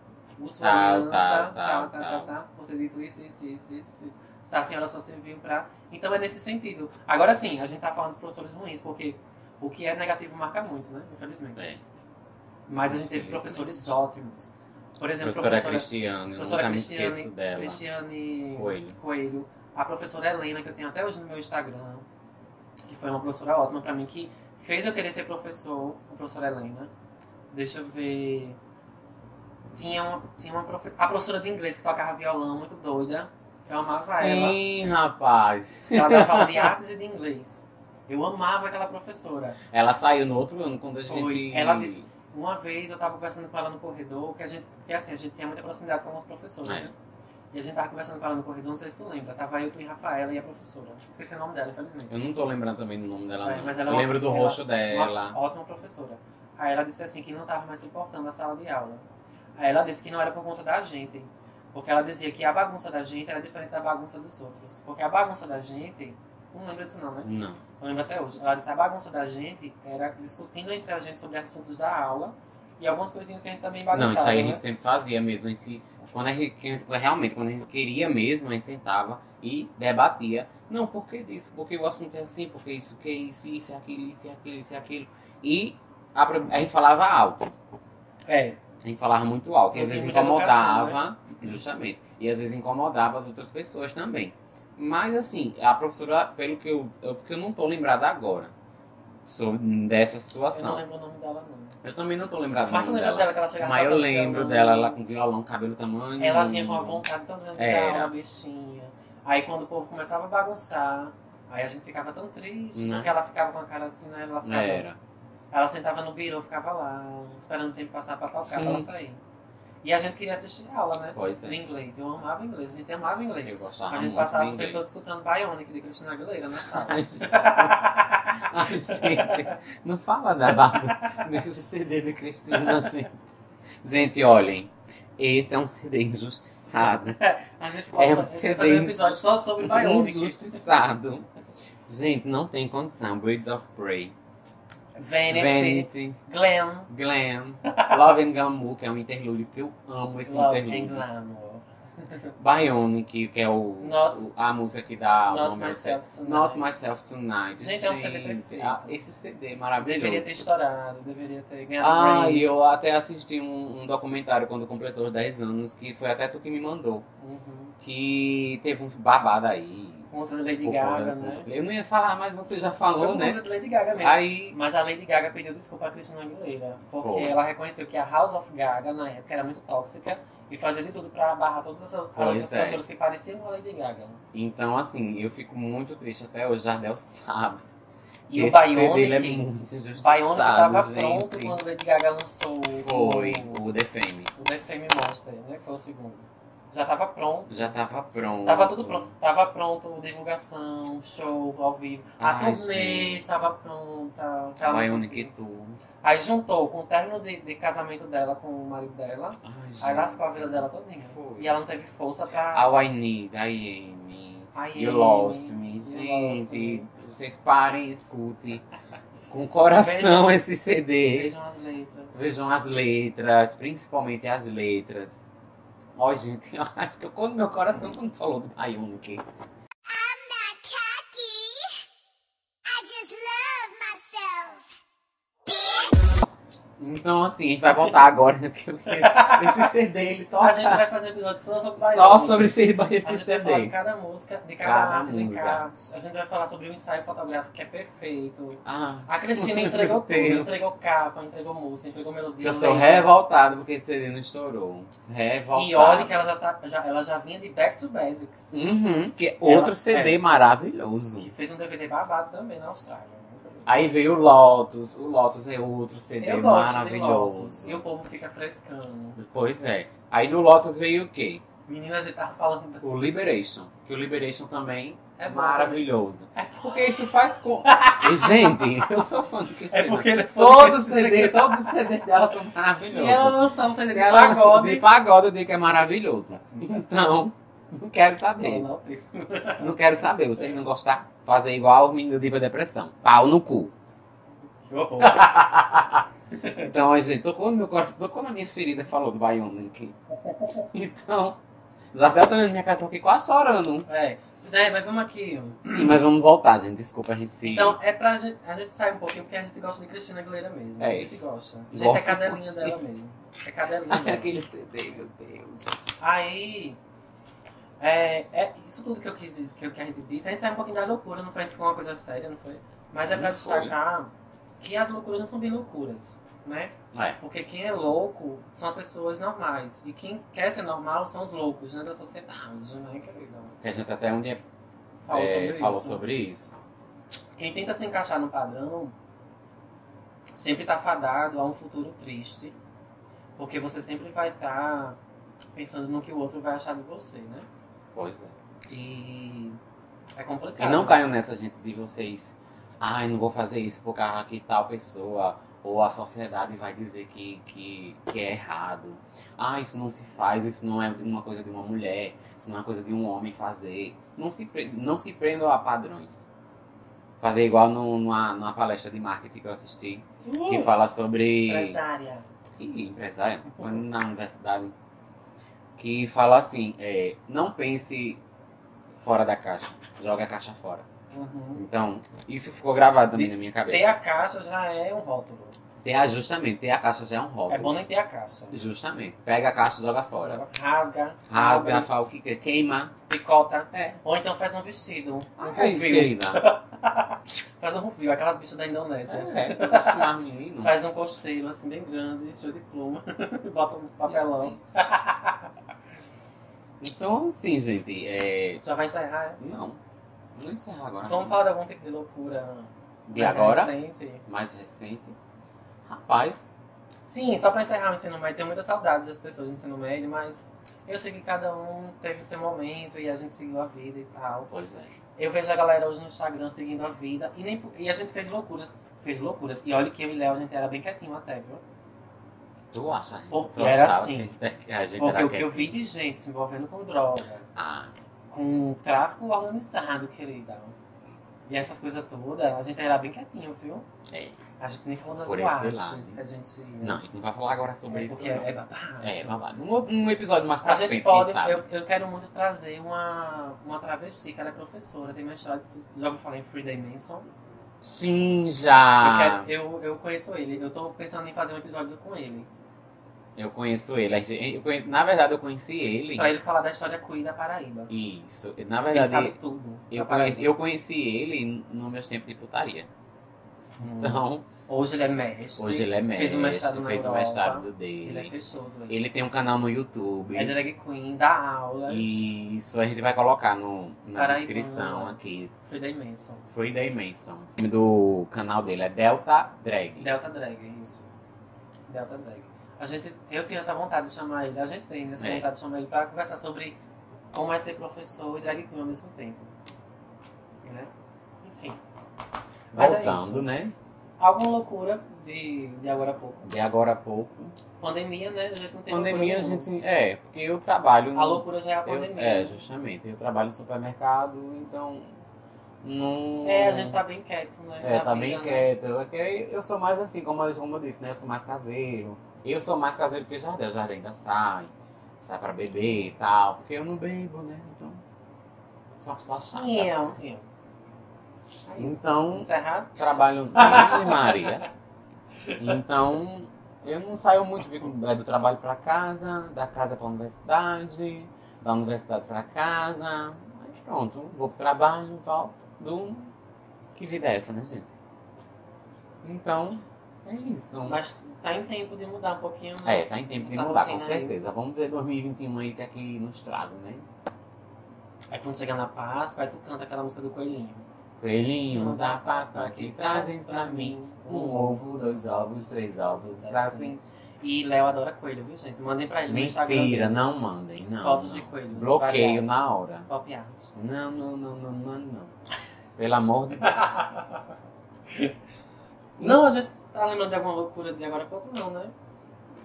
S1: tal,
S2: muçulmana, tá,
S1: tal,
S2: tá, tá,
S1: tal.
S2: tá, por ter dito isso, isso, isso, isso, isso. A senhora só serviu pra... Então é nesse sentido. Agora sim, a gente tá falando dos professores ruins, porque o que é negativo marca muito, né? Infelizmente.
S1: É.
S2: Mas a gente teve
S1: Infelizmente.
S2: professores ótimos. Por exemplo,
S1: Professora,
S2: professora,
S1: Cristiane, eu
S2: professora
S1: nunca me
S2: Cristiane-
S1: esqueço dela.
S2: Cristiane
S1: Coelho.
S2: Coelho, a professora Helena, que eu tenho até hoje no meu Instagram, que foi uma professora ótima pra mim, que fez eu querer ser professor, a professora Helena. Deixa eu ver. Tinha uma, tinha uma profe... a professora de inglês que tocava violão, muito doida. Eu amava ela.
S1: Sim, rapaz.
S2: Ela dava aula de artes e de inglês. Eu amava aquela professora.
S1: Ela saiu no outro ano quando a
S2: Foi.
S1: gente.
S2: Ela disse- Uma vez eu tava conversando com ela no corredor, que a gente, porque assim, a gente tinha muita proximidade com os professores,
S1: É.
S2: né? E a gente tava conversando com ela no corredor, não sei se tu lembra. Tava eu, tu e Rafaela e a professora. Esqueci o nome dela, infelizmente.
S1: Eu não tô lembrando também do nome dela,
S2: É,
S1: não.
S2: mas ela
S1: eu
S2: é uma-
S1: lembro do
S2: ela-
S1: rosto
S2: Uma
S1: dela.
S2: ótima professora. Aí ela disse assim que não tava mais suportando a sala de aula. Aí ela disse que não era por conta da gente. Porque ela dizia que a bagunça da gente era diferente da bagunça dos outros. Porque a bagunça da gente. Não lembra disso não, né?
S1: Não.
S2: Eu lembro até hoje. Ela disse a bagunça da gente era discutindo entre a gente sobre assuntos da aula e algumas coisinhas que a gente também bagunçava.
S1: Não, isso aí a
S2: né?
S1: gente sempre fazia mesmo. A gente, se- quando a gente, que- realmente, quando a gente queria mesmo, a gente sentava e debatia. Não, por que disso? Porque o assunto é assim, porque isso, que isso, isso, aquilo, isso, aquilo, isso, aquilo. E a, pro- a gente falava alto.
S2: É.
S1: A gente falava muito alto. E
S2: Eu
S1: às vezes
S2: tenho muita né? educação,
S1: incomodava, justamente. E às vezes incomodava as outras pessoas também. Mas assim, a professora, pelo que eu. eu- Porque eu não tô lembrada agora sobre, dessa
S2: Eu não
S1: situação.
S2: lembro o nome dela, não.
S1: Eu, também não tô lembrada do
S2: Mas tu
S1: nome
S2: lembra
S1: dela.
S2: dela que ela chegava
S1: Mas eu
S2: tocando
S1: lembro
S2: violão?
S1: dela, ela com violão, cabelo tamanho.
S2: Ela vinha com a vontade tão grande de dar
S1: Era.
S2: uma bichinha. Aí quando o povo começava a bagunçar, aí a gente ficava tão triste,
S1: Né?
S2: porque ela ficava com a cara assim, né? Ela, ficava,
S1: Era.
S2: ela sentava no birô, ficava lá, esperando o tempo passar pra tocar,
S1: Sim.
S2: pra ela sair. E a gente queria assistir aula, né?
S1: Pois
S2: De
S1: é.
S2: inglês. Eu amava inglês, a gente amava inglês.
S1: Eu gostava
S2: a gente
S1: muito
S2: passava
S1: de
S2: o tempo
S1: inglês.
S2: todo escutando Bionic de Cristina Aguilera né, na sala.
S1: Ai, Jesus. Ai, gente, não fala da barba nesse CD de Cristina, gente. Gente, olhem, esse é um CD injustiçado.
S2: A gente pode
S1: É um
S2: fazer,
S1: CD
S2: fazer um episódio só sobre Bionic.
S1: injustiçado. Gente, não tem condição. Birds of Prey,
S2: Vanity,
S1: Vanity,
S2: Glam,
S1: Glam, Love and Glamour, que é um interlúdio que eu amo esse
S2: Love and
S1: interlúdio.
S2: Glamour.
S1: Bionic, que é o,
S2: Not-
S1: o- a música que dá Ah, o
S2: Not
S1: nome ao
S2: Myself
S1: CD.
S2: Tonight.
S1: Not Myself Tonight.
S2: Gente, é um CD perfeito.
S1: ah, esse CD é maravilhoso.
S2: Deveria ter estourado, deveria ter ganhado
S1: Ah,
S2: Grammys.
S1: e eu até assisti um, um documentário quando completou os 10 anos, que foi até tu que me mandou,
S2: Uhum.
S1: que teve um babado aí.
S2: Contra a Lady
S1: Por
S2: Gaga,
S1: causa-
S2: né?
S1: Eu não ia falar, mas você já
S2: Foi
S1: falou,
S2: por
S1: né?
S2: conta de Lady Gaga mesmo.
S1: Aí,
S2: Mas a Lady Gaga pediu desculpa a Cristina Aguilera, porque
S1: Foi.
S2: ela reconheceu que a House of Gaga, na época, era muito tóxica e fazia de tudo pra barrar todas as as
S1: Pois
S2: outras
S1: é.
S2: cantoras que pareciam com a Lady Gaga.
S1: então assim, eu fico muito triste até hoje, Jardel sabe.
S2: E
S1: que
S2: o
S1: esse CD, ele é
S2: Bionic,
S1: muito injustiçado,
S2: Bionic tava
S1: gente.
S2: pronto quando a Lady Gaga lançou o-
S1: Foi, o The Fame.
S2: o The Fame Monster, né, que foi o segundo. Já tava pronto.
S1: Já tava pronto.
S2: Tava tudo pronto. Tava pronto, divulgação, show ao vivo. A
S1: Ai,
S2: turnê
S1: gente.
S2: estava pronta. ela não
S1: Bionic
S2: conseguiu.
S1: Tour.
S2: Aí juntou com o término de, de casamento dela com o marido dela.
S1: Ai,
S2: Aí
S1: gente.
S2: lascou a vida dela todinha.
S6: Foi.
S2: E ela não teve força pra.
S1: All I Need, I Am.
S2: Ai,
S1: You
S2: ai,
S1: lost me,
S2: you lost
S1: gente.
S2: me.
S1: Vocês parem, escutem. Com coração
S2: Vejam-
S1: esse CD.
S2: Vejam as letras.
S1: Vejam as letras, principalmente as letras. Ó, gente, ai, tocou no meu coração quando falou do Bionic. Então, assim, a gente vai voltar agora, né? Porque eu quero- esse CD, ele
S2: A gente
S1: toca
S2: vai fazer episódio só sobre
S1: só
S2: Bionic.
S1: sobre esse,
S2: A
S1: esse
S2: gente vai falar de
S1: CD.
S2: cada música, de cada,
S1: Cada
S2: arte, de
S1: música.
S2: cada... A gente vai falar sobre o ensaio fotográfico que é perfeito.
S1: Ah,
S2: A Cristina entregou
S1: Meu
S2: tudo,
S1: Deus.
S2: entregou capa, entregou música, entregou melodia.
S1: eu sou
S2: letra.
S1: revoltado porque esse CD não estourou. Revoltado.
S2: E olha que ela já, tá, já, ela já vinha de Back to Basics,
S1: Uhum, que é outro
S2: Ela-
S1: CD
S2: é.
S1: maravilhoso.
S2: que fez um DVD babado também na Austrália. né?
S1: Aí veio o Lotus. O Lotus é outro CD
S2: eu gosto de Lotus,
S1: maravilhoso.
S2: e o povo fica frescando.
S1: Pois é. Aí no Lotus veio o quê?
S2: Menina, a gente tava falando... do-
S1: O Liberation. Que o Liberation também é
S2: É bom,
S1: maravilhoso.
S2: É
S1: Porque isso faz com. E, gente, eu sou fã do Cristina.
S2: É porque ele é fã do
S1: todos os
S2: Cristina.
S1: CD, todos os CD dela são maravilhosos.
S2: Se ela lançar um CD
S1: Se
S2: de
S1: ela-
S2: pagode...
S1: de pagode, eu digo que é maravilhoso. Então, não quero saber.
S2: Não, não, isso.
S1: Não quero saber. Vocês não gostar, fazer igual o menino do Diva Depressão. Pau no cu.
S2: Que horror.
S1: Então, a gente, tocou no meu coração, tocou na minha ferida, falou do Bionic. Então, já até eu tô olhando minha cara, tô aqui quase chorando.
S2: É, né, mas vamos aqui... ó.
S1: Sim, mas vamos voltar, gente. Desculpa, a gente se...
S2: Então, é pra gente, a gente sair um pouquinho, porque a gente gosta de Cristina Aguilera mesmo.
S1: É.
S2: A gente gosta. A gente
S1: Gosto
S2: é cadelinha
S1: de
S2: dela mesmo. É cadelinha
S1: Ai,
S2: dela.
S1: aquele CD, meu Deus.
S2: Aí, é, é isso tudo que eu quis dizer, que, eu- que a gente disse. A gente saiu um pouquinho da loucura, não foi? Ficou uma coisa séria, não foi? Mas é pra
S1: Não foi.
S2: destacar que as loucuras não são bem loucuras, né?
S1: É.
S2: Porque quem é louco são as pessoas normais. E quem quer ser normal são os loucos, né? Da sociedade, né, querida?
S1: Que a gente até um dia
S2: Falou,
S1: é,
S2: sobre,
S1: falou
S2: isso.
S1: sobre isso.
S2: Quem tenta se encaixar no padrão sempre tá fadado a um futuro triste. Porque você sempre vai estar pensando no que o outro vai achar de você, né?
S1: Pois é.
S2: E é
S1: E
S2: complicado.
S1: não caiam nessa, gente, de vocês... Ai, não vou fazer isso por causa que tal pessoa... Ou a sociedade vai dizer que, que, que é errado. Ah, isso não se faz, isso não é uma coisa de uma mulher, isso não é uma coisa de um homem fazer. Não se, pre- não se prendam a padrões. Fazer igual no, numa, numa palestra de marketing que eu assisti,
S2: Uh!
S1: que fala sobre.
S2: Empresária.
S1: Ih, empresário, foi na universidade. Que fala assim: é, não pense fora da caixa, joga a caixa fora.
S2: Uhum.
S1: Então, isso ficou gravado também na minha
S2: Ter
S1: cabeça.
S2: a caixa já é um rótulo.
S1: Ter a, justamente, ter a caixa já é um
S2: É bom
S1: rótulo.
S2: nem ter a caixa.
S1: Justamente. Pega a caixa, joga fora.
S2: Rasga,
S1: Rasga,
S2: abre,
S1: fala o que quer, queima.
S2: picota.
S1: É. Ah,
S2: Ou então faz um vestido. Um
S1: Ai,
S2: rufio.
S1: querida.
S2: Faz um rufio, aquelas bichas da Indonésia.
S1: né? É, não gosto mais, menino.
S2: Faz um costeiro assim bem grande, cheio de pluma. Bota um papelão.
S1: Então, assim, gente, é...
S2: Já vai encerrar, é?
S1: Não. Não encerrar agora. né?
S2: Vamos falar de algum tipo de loucura
S1: de
S2: mais
S1: agora,
S2: recente?
S1: mais recente. Rapaz,
S2: Sim, só pra encerrar o ensino médio, tenho muita saudade das pessoas do ensino médio, mas eu sei que cada um teve o seu momento e a gente seguiu a vida e tal.
S1: pois é.
S2: Eu vejo a galera hoje no Instagram seguindo a vida e, nem, e a gente fez loucuras. Fez loucuras. E olha que eu e Léo, a gente era bem quietinho até, viu?
S1: Tu acha?
S2: Pô,
S1: tu
S2: era
S1: achava
S2: assim.
S1: que- que a gente
S2: Porque
S1: era
S2: o que eu vi de gente se envolvendo com droga,
S1: Ah,
S2: com tráfico organizado, querida. E essas coisas todas, a gente era bem quietinho, viu?
S1: é.
S2: A gente nem falou das
S1: Por esse
S2: boates
S1: lado.
S2: que a gente... ia.
S1: Não, a gente não vai falar agora sobre
S2: é
S1: isso,
S2: porque
S1: não.
S2: é babado.
S1: É, vamos lá. Um, um episódio mais pra
S2: A gente
S1: frente,
S2: pode,
S1: quem sabe.
S2: eu, eu quero muito trazer uma, uma travesti, que ela é professora, tem mestrado, tu já ouviu falar em Free Dimension?
S1: Sim, já.
S2: Eu, quero, eu, eu conheço ele, eu tô pensando em fazer um episódio com ele,
S1: Eu conheço ele. a gente- eu conhe- Na verdade, eu conheci ele.
S2: pra ele falar da história queer da Paraíba.
S1: Isso. Na
S2: Ele
S1: verdade,
S2: sabe tudo.
S1: eu,
S2: da Paraíba.
S1: conheci, eu conheci ele no meus tempos de putaria.
S2: Hum.
S1: Então,
S2: Uhum. Hoje ele é mestre.
S1: hoje ele é mestre,
S2: Fez um mestrado na
S1: fez um
S2: Europa.
S1: mestrado
S2: Ele é
S1: dele.
S2: fechoso. Ele
S1: Ele tem um canal no YouTube.
S2: é drag queen, dá aulas.
S1: Isso, a gente vai colocar no, na
S2: Paraibana.
S1: descrição aqui.
S2: Free Dimension.
S1: Free Dimension. O nome do canal dele é Delta Drag.
S2: Delta Drag, isso. Delta Drag. A gente, eu tenho essa vontade de chamar ele, a gente tem né, essa
S1: É.
S2: vontade de chamar ele para conversar sobre como é ser professor e drag queen ao mesmo tempo. Né? Enfim. Mas é
S1: Voltando,
S2: isso.
S1: né?
S2: Alguma loucura de, de agora a pouco.
S1: De agora a pouco. Pandemia,
S2: né? A gente não tem
S1: Pandemia, a
S2: loucura nenhuma.
S1: gente. É, porque eu trabalho.
S2: A
S1: no-
S2: loucura já é a
S1: eu-
S2: pandemia.
S1: é, justamente. Eu trabalho no supermercado, então. Não.
S2: É, a gente tá bem quieto, né?
S1: É,
S2: Na
S1: tá
S2: vida,
S1: bem
S2: né?
S1: quieto. É que Eu sou mais assim, como, eu- como eu disse, né? Eu sou mais caseiro. Eu sou mais caseiro que Jardel. O Jardel ainda sai. Sai pra beber e tal. Porque eu não bebo, né? Então. Sou uma pessoa chata.
S2: Nham, nham. É isso.
S1: Então,
S2: Encerrado?
S1: trabalho de Maria. Então, eu não saio muito. Fico é, do trabalho pra casa, da casa pra universidade, da universidade pra casa. Mas pronto, vou pro trabalho, volto, durmo. Que vida é essa, né, gente? Então, é isso.
S2: Mas tá em tempo de mudar um pouquinho. né?
S1: É, tá em tempo de
S2: Essa
S1: mudar, com
S2: rotina aí.
S1: certeza. Vamos ver 2021 aí o que é que nos traz, né?
S2: Aí quando chegar na Páscoa, aí tu canta aquela música do Coelhinho.
S1: Coelhinhos da Páscoa que trazem pra mim um ovo, dois ovos, três ovos, assim. trazem
S2: E Léo adora coelho, viu, gente? Mandem pra ele no Instagram.
S1: Mentira,
S2: dele.
S1: não mandem, não.
S2: Fotos
S1: não.
S2: de coelhos.
S1: Bloqueio
S2: variados.
S1: na hora.
S2: Pop art.
S1: Não, não, não, não, não, não. Pelo amor de Deus.
S2: Não, a gente tá lembrando de alguma loucura de agora a pouco, não, né?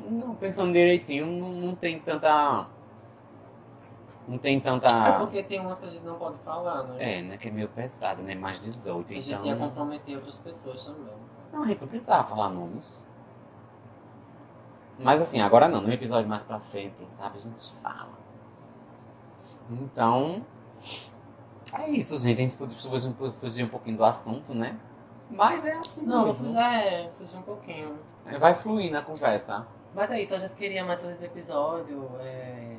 S1: Não, pensando direitinho, não, não tem tanta. Não tem
S2: É
S1: tanta.
S2: porque tem umas que a gente não pode falar, né?
S1: Ah. É, né? Que é meio pesado, né? Mais 18,
S2: a gente
S1: então. Uhum.
S2: ia comprometer outras pessoas também.
S1: Não, a gente não precisava falar nomes. Mas assim, agora não, no episódio mais pra frente, quem sabe a gente fala. Então. É isso, gente. A gente fugiu, fugiu um pouquinho do assunto, né? Mas é assim.
S2: Não, eu
S1: mesmo.
S2: fiz, é, fiz um pouquinho.
S1: Vai fluindo a conversa.
S2: Mas é isso, a gente queria mais fazer esse episódio é,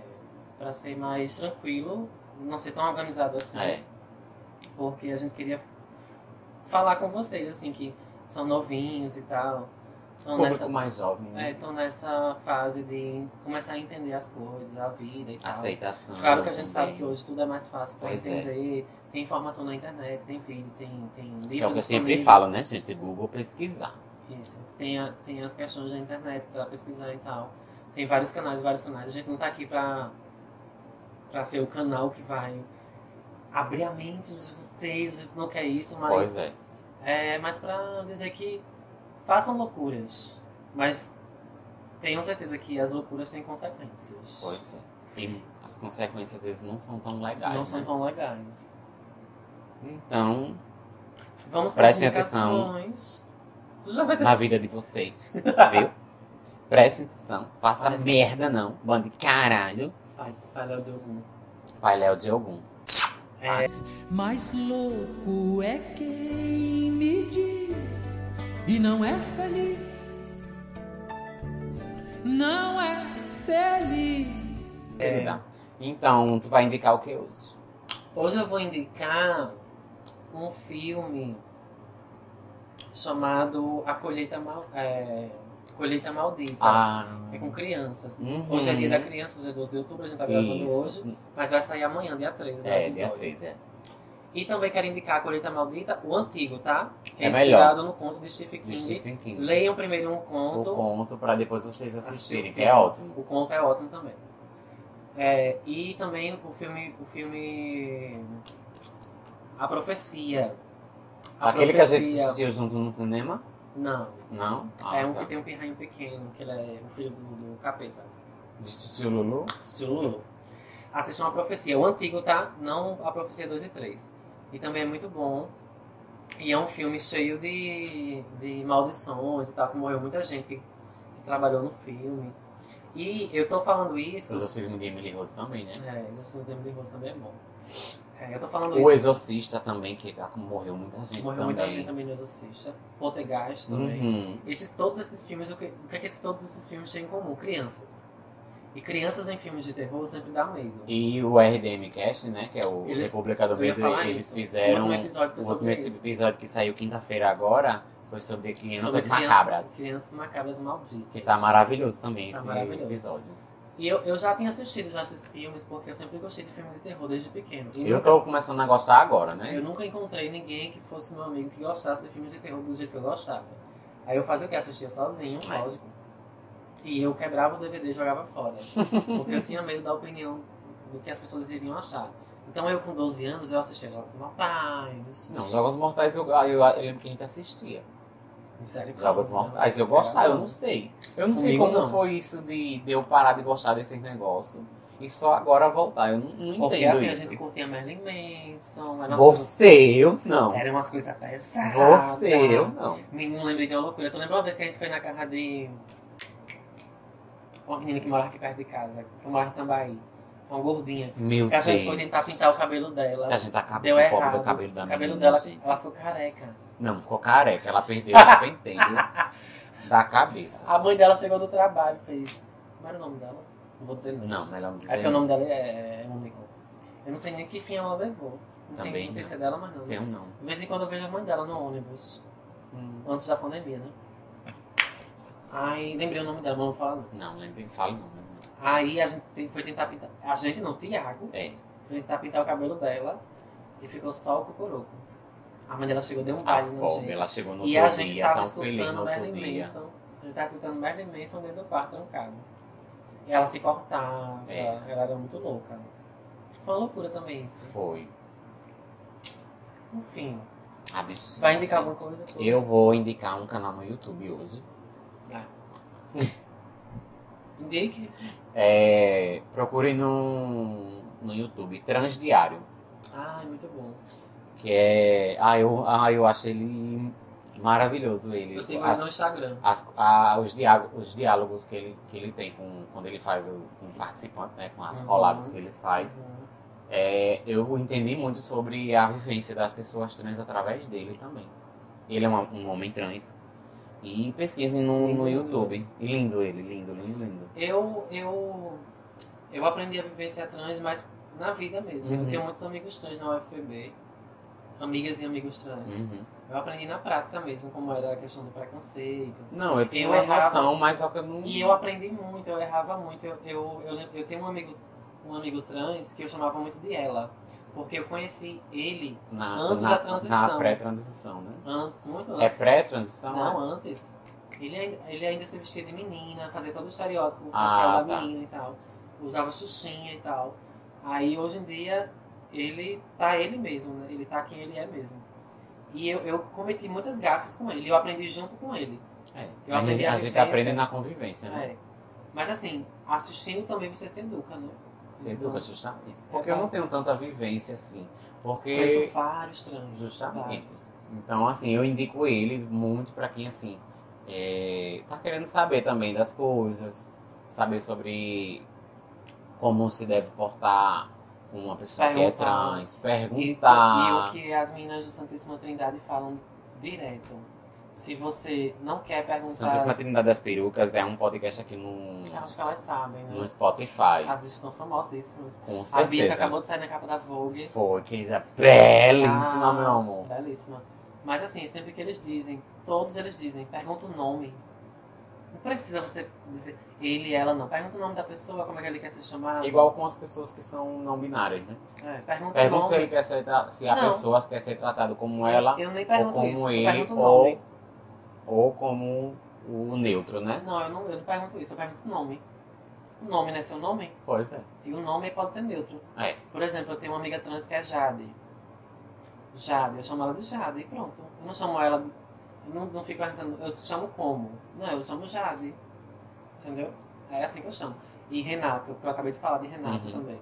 S2: pra ser mais tranquilo, não ser tão organizado assim.
S1: É.
S2: Porque a gente queria falar com vocês, assim, que são novinhos e tal. Estão
S1: Público
S2: nessa,
S1: mais jovem, né?
S2: é, tão nessa fase de começar a entender as coisas, a vida e tal.
S1: Aceitação. né?
S2: Claro que a gente
S1: também.
S2: sabe que hoje tudo é mais fácil pra
S1: Pois é.
S2: entender. Tem informação na internet, tem vídeo, tem, tem
S1: Que é o
S2: livro.
S1: que eu
S2: disponível.
S1: sempre falo, né, gente? Google pesquisar.
S2: Isso. Tem, a- tem as questões da internet pra pesquisar e tal. Tem vários canais, vários canais. A gente não tá aqui pra, pra ser o canal que vai abrir a mente de vocês, a gente não quer isso, mas
S1: Pois é.
S2: é mais pra dizer que façam loucuras, mas tenham certeza que as loucuras têm consequências.
S1: Pois é. E as consequências às vezes não são tão legais.
S2: Não são
S1: né?
S2: tão legais.
S1: Então,
S2: Vamos
S1: Prestem
S2: pras
S1: atenção.
S2: indicações. Tu já vai ter
S1: na vida de vocês, viu? Prestem atenção. Faça
S2: Olha.
S1: merda, não. Bando de caralho.
S2: Ai, palhaço de algum.
S1: Vai, Léo de algum.
S2: É,
S4: Mas louco é quem me diz e não é feliz. Não é feliz.
S2: É.
S1: Querida. Então, tu vai indicar o que hoje?
S2: Hoje eu vou indicar um filme chamado A Colheita, Mal, é, Colheita Maldita.
S1: Ah.
S2: É com crianças.
S1: Uhum.
S2: Hoje é dia da criança, hoje é 12 de outubro, a gente tá gravando hoje.
S1: Isso.
S2: Mas vai sair amanhã, dia 13. né,
S1: É,
S2: o
S1: dia
S2: episódio.
S1: 3, é.
S2: E também quero indicar A Colheita Maldita, o antigo, tá? Que é,
S1: É melhor.
S2: inspirado no conto de Stephen King.
S1: De Stephen King.
S2: Leiam primeiro um
S1: o
S2: conto.
S1: conto pra depois vocês
S2: assistir o
S1: assistirem, que
S2: filme.
S1: é ótimo.
S2: O conto é ótimo também. É, e também o filme, o filme A Profecia. A
S1: Aquele que a gente
S2: Profecia-
S1: assistiu junto no cinema?
S2: Não,
S1: Não? Ah,
S2: é um
S1: tá.
S2: que tem um pirranho pequeno, que ele é o filho do, do capeta.
S1: De Titio Lulu?
S2: Zulu. Assistam A Profecia, o antigo, tá? Não A Profecia 2 e 3. E também é muito bom. E é um filme cheio de, de maldições e tal, que morreu muita gente que, que trabalhou no filme. E eu tô falando isso...
S1: Os Exorcismo de Emily Rose também, né?
S2: É, Exorcismo do Demônio de Rosto também é bom. É, eu tô falando
S1: O
S2: isso.
S1: Exorcista também, que morreu muita gente
S2: Morreu
S1: também.
S2: muita gente também no Exorcista. Poltergeist também.
S1: Uhum.
S2: Esses, todos esses filmes, o que, o que é que esses- todos esses filmes têm em comum? Crianças. E crianças em filmes de terror sempre dá medo.
S1: E o RDM Cast, né? Que é o
S2: Eles-
S1: República do
S2: eu ia
S1: Medo,
S2: falar
S1: eles
S2: isso. O
S1: fizeram. um
S2: último episódio foi
S1: o último
S2: sobre isso.
S1: episódio que saiu quinta-feira agora foi sobre crianças
S2: Sobre crianças-
S1: macabras.
S2: Crianças macabras malditas.
S1: Que tá maravilhoso também
S2: Tá
S1: esse
S2: maravilhoso.
S1: episódio.
S2: E eu, eu já tinha assistido já esses filmes, porque eu sempre gostei de filmes de terror desde pequeno. E
S1: Eu
S2: nunca-
S1: tô começando a gostar agora, né?
S2: Eu nunca encontrei ninguém que fosse meu amigo que gostasse de filmes de terror do jeito que eu gostava. Aí eu fazia o que? Assistia sozinho,
S1: É.
S2: lógico. E eu quebrava o DVD e jogava fora. Porque eu tinha medo da opinião do que as pessoas iriam achar. Então eu com 12 anos eu assistia Jogos Mortais.
S1: Não, Jogos Mortais eu, eu, eu lembro que a gente assistia. Jogos Mortais eu gostava, eu não sei. Eu não sei
S2: Comigo,
S1: como
S2: não.
S1: foi isso de, de eu parar de gostar desses negócios e só agora voltar. Eu não, não
S2: Porque
S1: entendo
S2: assim, a
S1: isso.
S2: gente curtia Merlin Manson. Era umas coisas-
S1: Você, eu não.
S2: Eram umas coisas pesadas.
S1: Você, eu não.
S2: Menino, lembrei de uma loucura. Tu lembra uma vez que a gente foi na casa de. Uma menina que morava aqui perto de casa, que morava em Tambaí. Uma gordinha.
S1: Meu
S2: Que a
S1: Deus.
S2: gente foi tentar pintar o cabelo dela.
S1: A gente tá acabando
S2: Deu
S1: com o pobre
S2: errado.
S1: do cabelo da
S2: o cabelo
S1: menina,
S2: dela,
S1: gente.
S2: ela ficou careca.
S1: Não, ficou careca. Ela perdeu os penteios da cabeça.
S2: A mãe dela chegou do trabalho e fez. Como era o nome dela? Não vou dizer não.
S1: Não, melhor não dizer.
S2: É porque o nome dela é, é único. Eu não sei nem que fim ela levou. Não
S1: Também
S2: tem
S1: não.
S2: notícia dela, mas não. né?
S1: Eu não.
S2: De vez em quando eu vejo a mãe dela no ônibus. Antes da pandemia, né? Aí lembrei o nome dela, mas não vou falar não.
S1: Não, lembro. Fala não. lembro não.
S2: Aí a gente tem- foi tentar pintar. A gente não, Tiago.
S1: É.
S2: Foi tentar pintar o cabelo dela. E ficou só o cocoroco. A mãe dela chegou, deu um
S1: A
S2: baile no
S1: pobre,
S2: jeito.
S1: ela chegou no
S2: E a
S1: outro
S2: gente
S1: dia,
S2: tava
S1: tão feliz
S2: escutando
S1: no outro
S2: Marilyn
S1: dia.
S2: Manson. A gente tava escutando Marilyn Manson dentro do quarto trancado. E ela se cortava,
S1: É.
S2: ela era muito louca. Foi uma loucura também isso.
S1: Foi.
S2: Enfim,
S1: Absurdo. assim.
S2: vai indicar alguma coisa? Pô?
S1: Eu vou indicar um canal no YouTube hoje.
S2: Ah. Indique.
S1: É, procurem no, no YouTube Transdiário,
S2: Ah, é muito bom.
S1: que é. Ah, eu, ah, eu achei ele maravilhoso. Ele,
S2: Eu sigo ele
S1: as-
S2: no Assim, Instagram.
S1: as- ah, os, diá- os diálogos que ele, que ele tem com, quando ele faz o, com o participante, né, com as
S2: Uhum.
S1: collabs que ele faz. É, eu entendi muito sobre a vivência das pessoas trans através dele também. Ele é uma- um homem trans. E pesquisem no, no
S2: Lindo.
S1: YouTube. Lindo ele, lindo, lindo, lindo.
S2: Eu, eu, eu aprendi a vivência trans, mas na vida mesmo.
S1: Uhum.
S2: Eu tenho muitos amigos trans na UFB. Amigas e amigos trans.
S1: Uhum.
S2: Eu aprendi na prática mesmo, como era a questão do preconceito.
S1: Não, eu tenho
S2: Eu
S1: uma
S2: errava.
S1: noção, mas só que eu não.
S2: E eu aprendi muito, eu errava muito. Eu, eu, eu, lem- eu tenho um amigo, um amigo trans que eu chamava muito de ela. Porque eu conheci ele
S1: na,
S2: antes
S1: na,
S2: da transição.
S1: Na pré-transição, né?
S2: antes, muito
S1: É
S2: antes.
S1: pré-transição?
S2: Não, Tá antes. Ele ainda, ele ainda se vestia de menina, fazia todo o estereótipo
S1: Ah,
S2: social da
S1: tá.
S2: menina e tal. Usava xuxinha e tal. Aí hoje em dia ele tá ele mesmo, né? Ele tá quem ele é mesmo. E eu, eu cometi muitas gafes com ele, eu aprendi junto com ele.
S1: É.
S2: Eu
S1: a
S2: aprendi
S1: gente,
S2: a
S1: a gente
S2: vivência.
S1: aprende na convivência, né?
S2: É. Mas assim, assistindo também você se educa, né?
S1: Sempre
S2: Então,
S1: eu gosto justamente. Porque eu não tenho tanta vivência assim.
S2: Conheço
S1: Porque.
S2: vários trans.
S1: Justamente.
S2: vários.
S1: Então, assim, eu indico ele muito pra quem, assim, é, tá querendo saber também das coisas, saber sobre como se deve portar com uma pessoa que é
S2: Perguntar.
S1: trans,
S2: E,
S1: perguntar.
S2: e o que as meninas do Santíssima Trindade falam direto. Se você não quer perguntar,
S1: Santíssima Trindade das Perucas é um podcast aqui no,
S2: eu acho que elas sabem, né?
S1: no Spotify.
S2: As bichas estão famosíssimas.
S1: Com
S2: A Bia que
S1: certeza.
S2: acabou de sair na capa da Vogue.
S1: Foi, querida. Belíssima,
S2: Ah,
S1: meu amor.
S2: Belíssima. Mas assim, sempre que eles dizem, todos eles dizem, pergunta o nome. Não precisa você dizer ele, ela, não. Pergunta o nome da pessoa, como é que ele quer ser chamado.
S1: Igual com as pessoas que são não binárias, né?
S2: É, pergunta o
S1: Pergunta se,
S2: nome.
S1: ele quer ser tra- se a
S2: Não.
S1: pessoa quer ser tratada como ela,
S2: eu nem
S1: ou
S2: pergunto
S1: como
S2: isso. eu
S1: ele,
S2: pergunto o
S1: ou,
S2: nome.
S1: ou como o neutro, né?
S2: Não eu, não, eu não pergunto isso, eu pergunto o nome. O nome não é seu nome?
S1: Pois é.
S2: E o nome pode ser neutro.
S1: É.
S2: Por exemplo, eu tenho uma amiga trans que é Jade. Jade, eu chamo ela de Jade e pronto. Eu não chamo ela. Eu não, não fico perguntando, eu te chamo como? Não, eu chamo Jade. Entendeu? É assim que eu chamo. E Renato, que eu acabei de falar de Renato
S1: Uhum.
S2: também.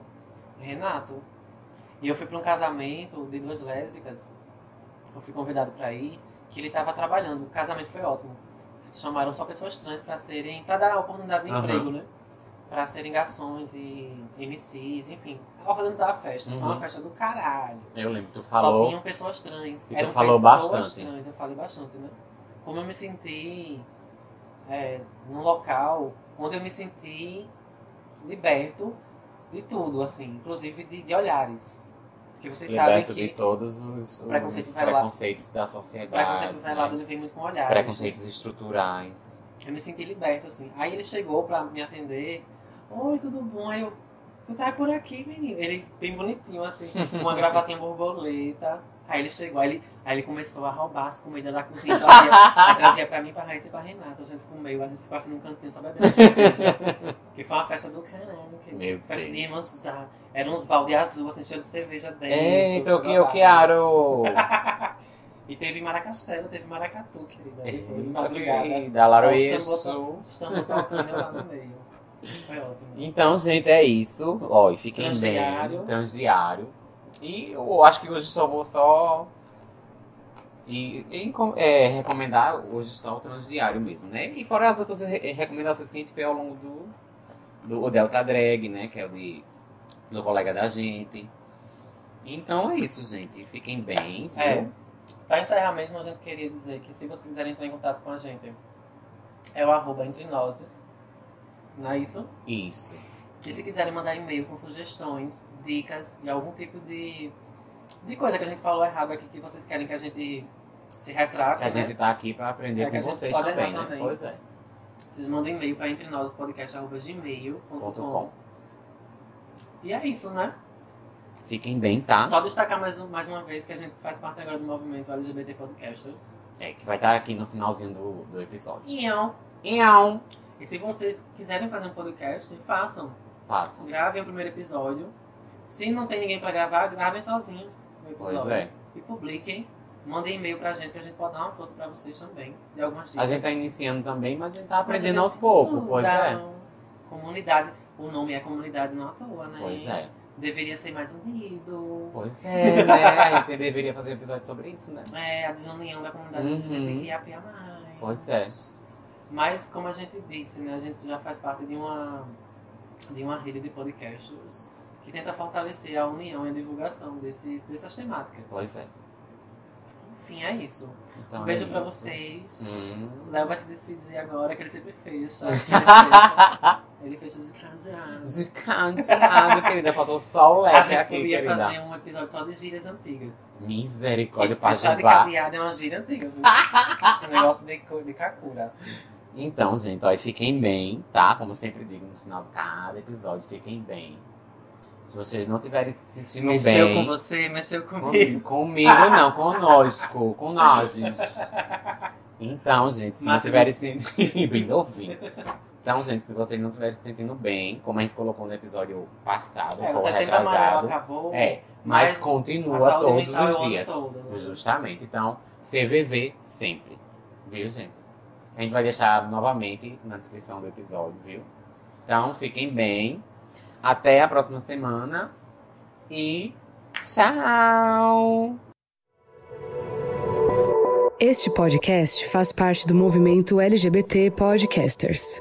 S2: Renato. E eu fui para um casamento de duas lésbicas. Eu fui convidado para ir, que ele estava trabalhando. O casamento foi ótimo. Chamaram só pessoas trans para serem, para dar oportunidade de
S1: Aham.
S2: emprego, né? Pra serem garçons e MCs, enfim. Organizar a festa. Foi uma
S1: Uhum.
S2: festa do caralho.
S1: Eu lembro, tu
S2: Só um,
S1: falou.
S2: tinham pessoas trans.
S1: E tu
S2: Eram
S1: falou
S2: pessoas
S1: bastante.
S2: trans, eu falei bastante, né? Como eu me senti é, num local onde eu me senti liberto de tudo, assim. Inclusive de, de olhares. Porque vocês
S1: Liberto
S2: sabem
S1: de
S2: que
S1: todos os, os
S2: Preconceito
S1: preconceitos,
S2: vai lá.
S1: da
S2: o
S1: sociedade.
S2: preconceito
S1: né?
S2: velado ele vem muito com
S1: Os
S2: olhares.
S1: preconceitos estruturais.
S2: Eu me senti liberto, assim. Aí ele chegou pra me atender. Oi, tudo bom? Aí eu, tu tá por aqui, menino. Ele bem bonitinho, assim, com uma gravatinha borboleta. Aí ele chegou, aí ele, aí ele começou a roubar as comidas da cozinha. Trazia, aí trazia pra mim, pra Raíssa e pra Renata. A gente comeu, a gente ficou assim num cantinho só bebendo cerveja. que foi uma festa do caralho. Que
S1: Meu
S2: festa de
S1: Deus.
S2: Iemanjá. Eram uns balde azul, assim, cheio de cerveja dentro.
S1: Eita, o que é, eu
S2: babado.
S1: quero!
S2: E teve Maracastelo, teve Maracatu, querida. E foi de
S1: Eita,
S2: madrugada.
S1: querida, Laro,
S2: Só estamos
S1: isso.
S2: botando- Estamos tocando lá no meio. Foi ótimo.
S1: Então, gente, é isso. Ó, e fiquem
S2: Transdiário.
S1: bem. Transdiário. E eu acho que hoje só vou só. E, e com- é, recomendar hoje só o transdiário mesmo, né? E fora as outras re- recomendações que a gente fez ao longo do, do o Delta Drag, né? Que é o de, do colega da gente. Então é isso, gente. Fiquem bem. Viu?
S2: É. Pra encerrar mesmo, a gente queria dizer que se vocês quiserem entrar em contato com a gente, é o arroba entre nozes. Não é isso?
S1: Isso.
S2: E se quiserem mandar e-mail com sugestões, dicas e algum tipo de, de coisa que a gente falou errado aqui que vocês querem que a gente se retrate,
S1: Que a gente
S2: né?
S1: tá aqui pra aprender
S2: É, que
S1: com
S2: a gente
S1: vocês
S2: pode
S1: também,
S2: errar
S1: né?
S2: também.
S1: Pois é.
S2: vocês mandam e-mail pra entre nós,
S1: Ponto com.
S2: E é isso, né?
S1: Fiquem bem, tá?
S2: Só destacar mais, um- mais uma vez que a gente faz parte agora do movimento LGBT Podcasters.
S1: É, que vai estar aqui no finalzinho do, do episódio.
S2: Ião.
S1: Ião.
S2: E se vocês quiserem fazer um podcast, façam.
S1: Façam.
S2: Gravem o primeiro episódio. Se não tem ninguém pra gravar, gravem sozinhos o
S1: Pois
S2: episódio.
S1: é.
S2: E publiquem. Mandem e-mail pra gente, que a gente pode dar uma força pra vocês também. De algumas dicas.
S1: A gente tá iniciando também, mas a gente tá
S2: Pra
S1: aprendendo
S2: vocês
S1: aos
S2: se
S1: poucos.
S2: sudam.
S1: Pois é.
S2: Comunidade. O nome é comunidade não à toa, né?
S1: Pois é.
S2: Deveria ser mais unido.
S1: Pois é, né? A gente deveria fazer um episódio sobre isso, né?
S2: É, a desunião da comunidade
S1: Uhum.
S2: a gente tem que apiar mais.
S1: Pois é.
S2: Mas como a gente disse, né, a gente já faz parte de uma de uma rede de podcasts que tenta fortalecer a união e a divulgação desses, dessas temáticas.
S1: Pois é.
S2: Enfim, é isso.
S1: Então,
S2: um beijo
S1: é
S2: pra
S1: isso.
S2: vocês. O
S1: Hum.
S2: Léo vai se decidir agora, que ele sempre fecha. Ele fecha, ele fecha os candeados.
S1: De canteado, querida. Faltou só o
S2: A
S1: leque
S2: gente
S1: aqui,
S2: podia
S1: querida.
S2: fazer um episódio só de gírias antigas.
S1: Misericórdia,
S2: E
S1: pra
S2: fechar de
S1: jabá.
S2: cadeado é uma gíria antiga, viu? Esse negócio de, co- de kakura.
S1: Então, gente, ó, e fiquem bem, tá? Como eu sempre digo no final de cada episódio, fiquem bem. Se vocês não estiverem se sentindo
S2: Mexeu
S1: bem.
S2: com você, mexeu comigo.
S1: Com- Comigo não, conosco, com nós. Então, gente, se não
S2: Mas se
S1: tiverem
S2: você-
S1: sentindo. bem do ouvido. Então, gente, se vocês não estiverem se sentindo bem, como a gente colocou no episódio passado,
S2: É, o
S1: foi um
S2: setembro amarelo
S1: retrasado.
S2: acabou.
S1: É, mas,
S2: mas a
S1: continua
S2: saúde
S1: todos
S2: mental é o
S1: os
S2: ano
S1: dias.
S2: todo, né?
S1: Justamente. Então, CVV sempre. Viu, gente? A gente vai deixar novamente na descrição do episódio, viu? Então, fiquem bem. Até a próxima semana. E tchau!
S6: Este podcast faz parte do movimento LGBT Podcasters.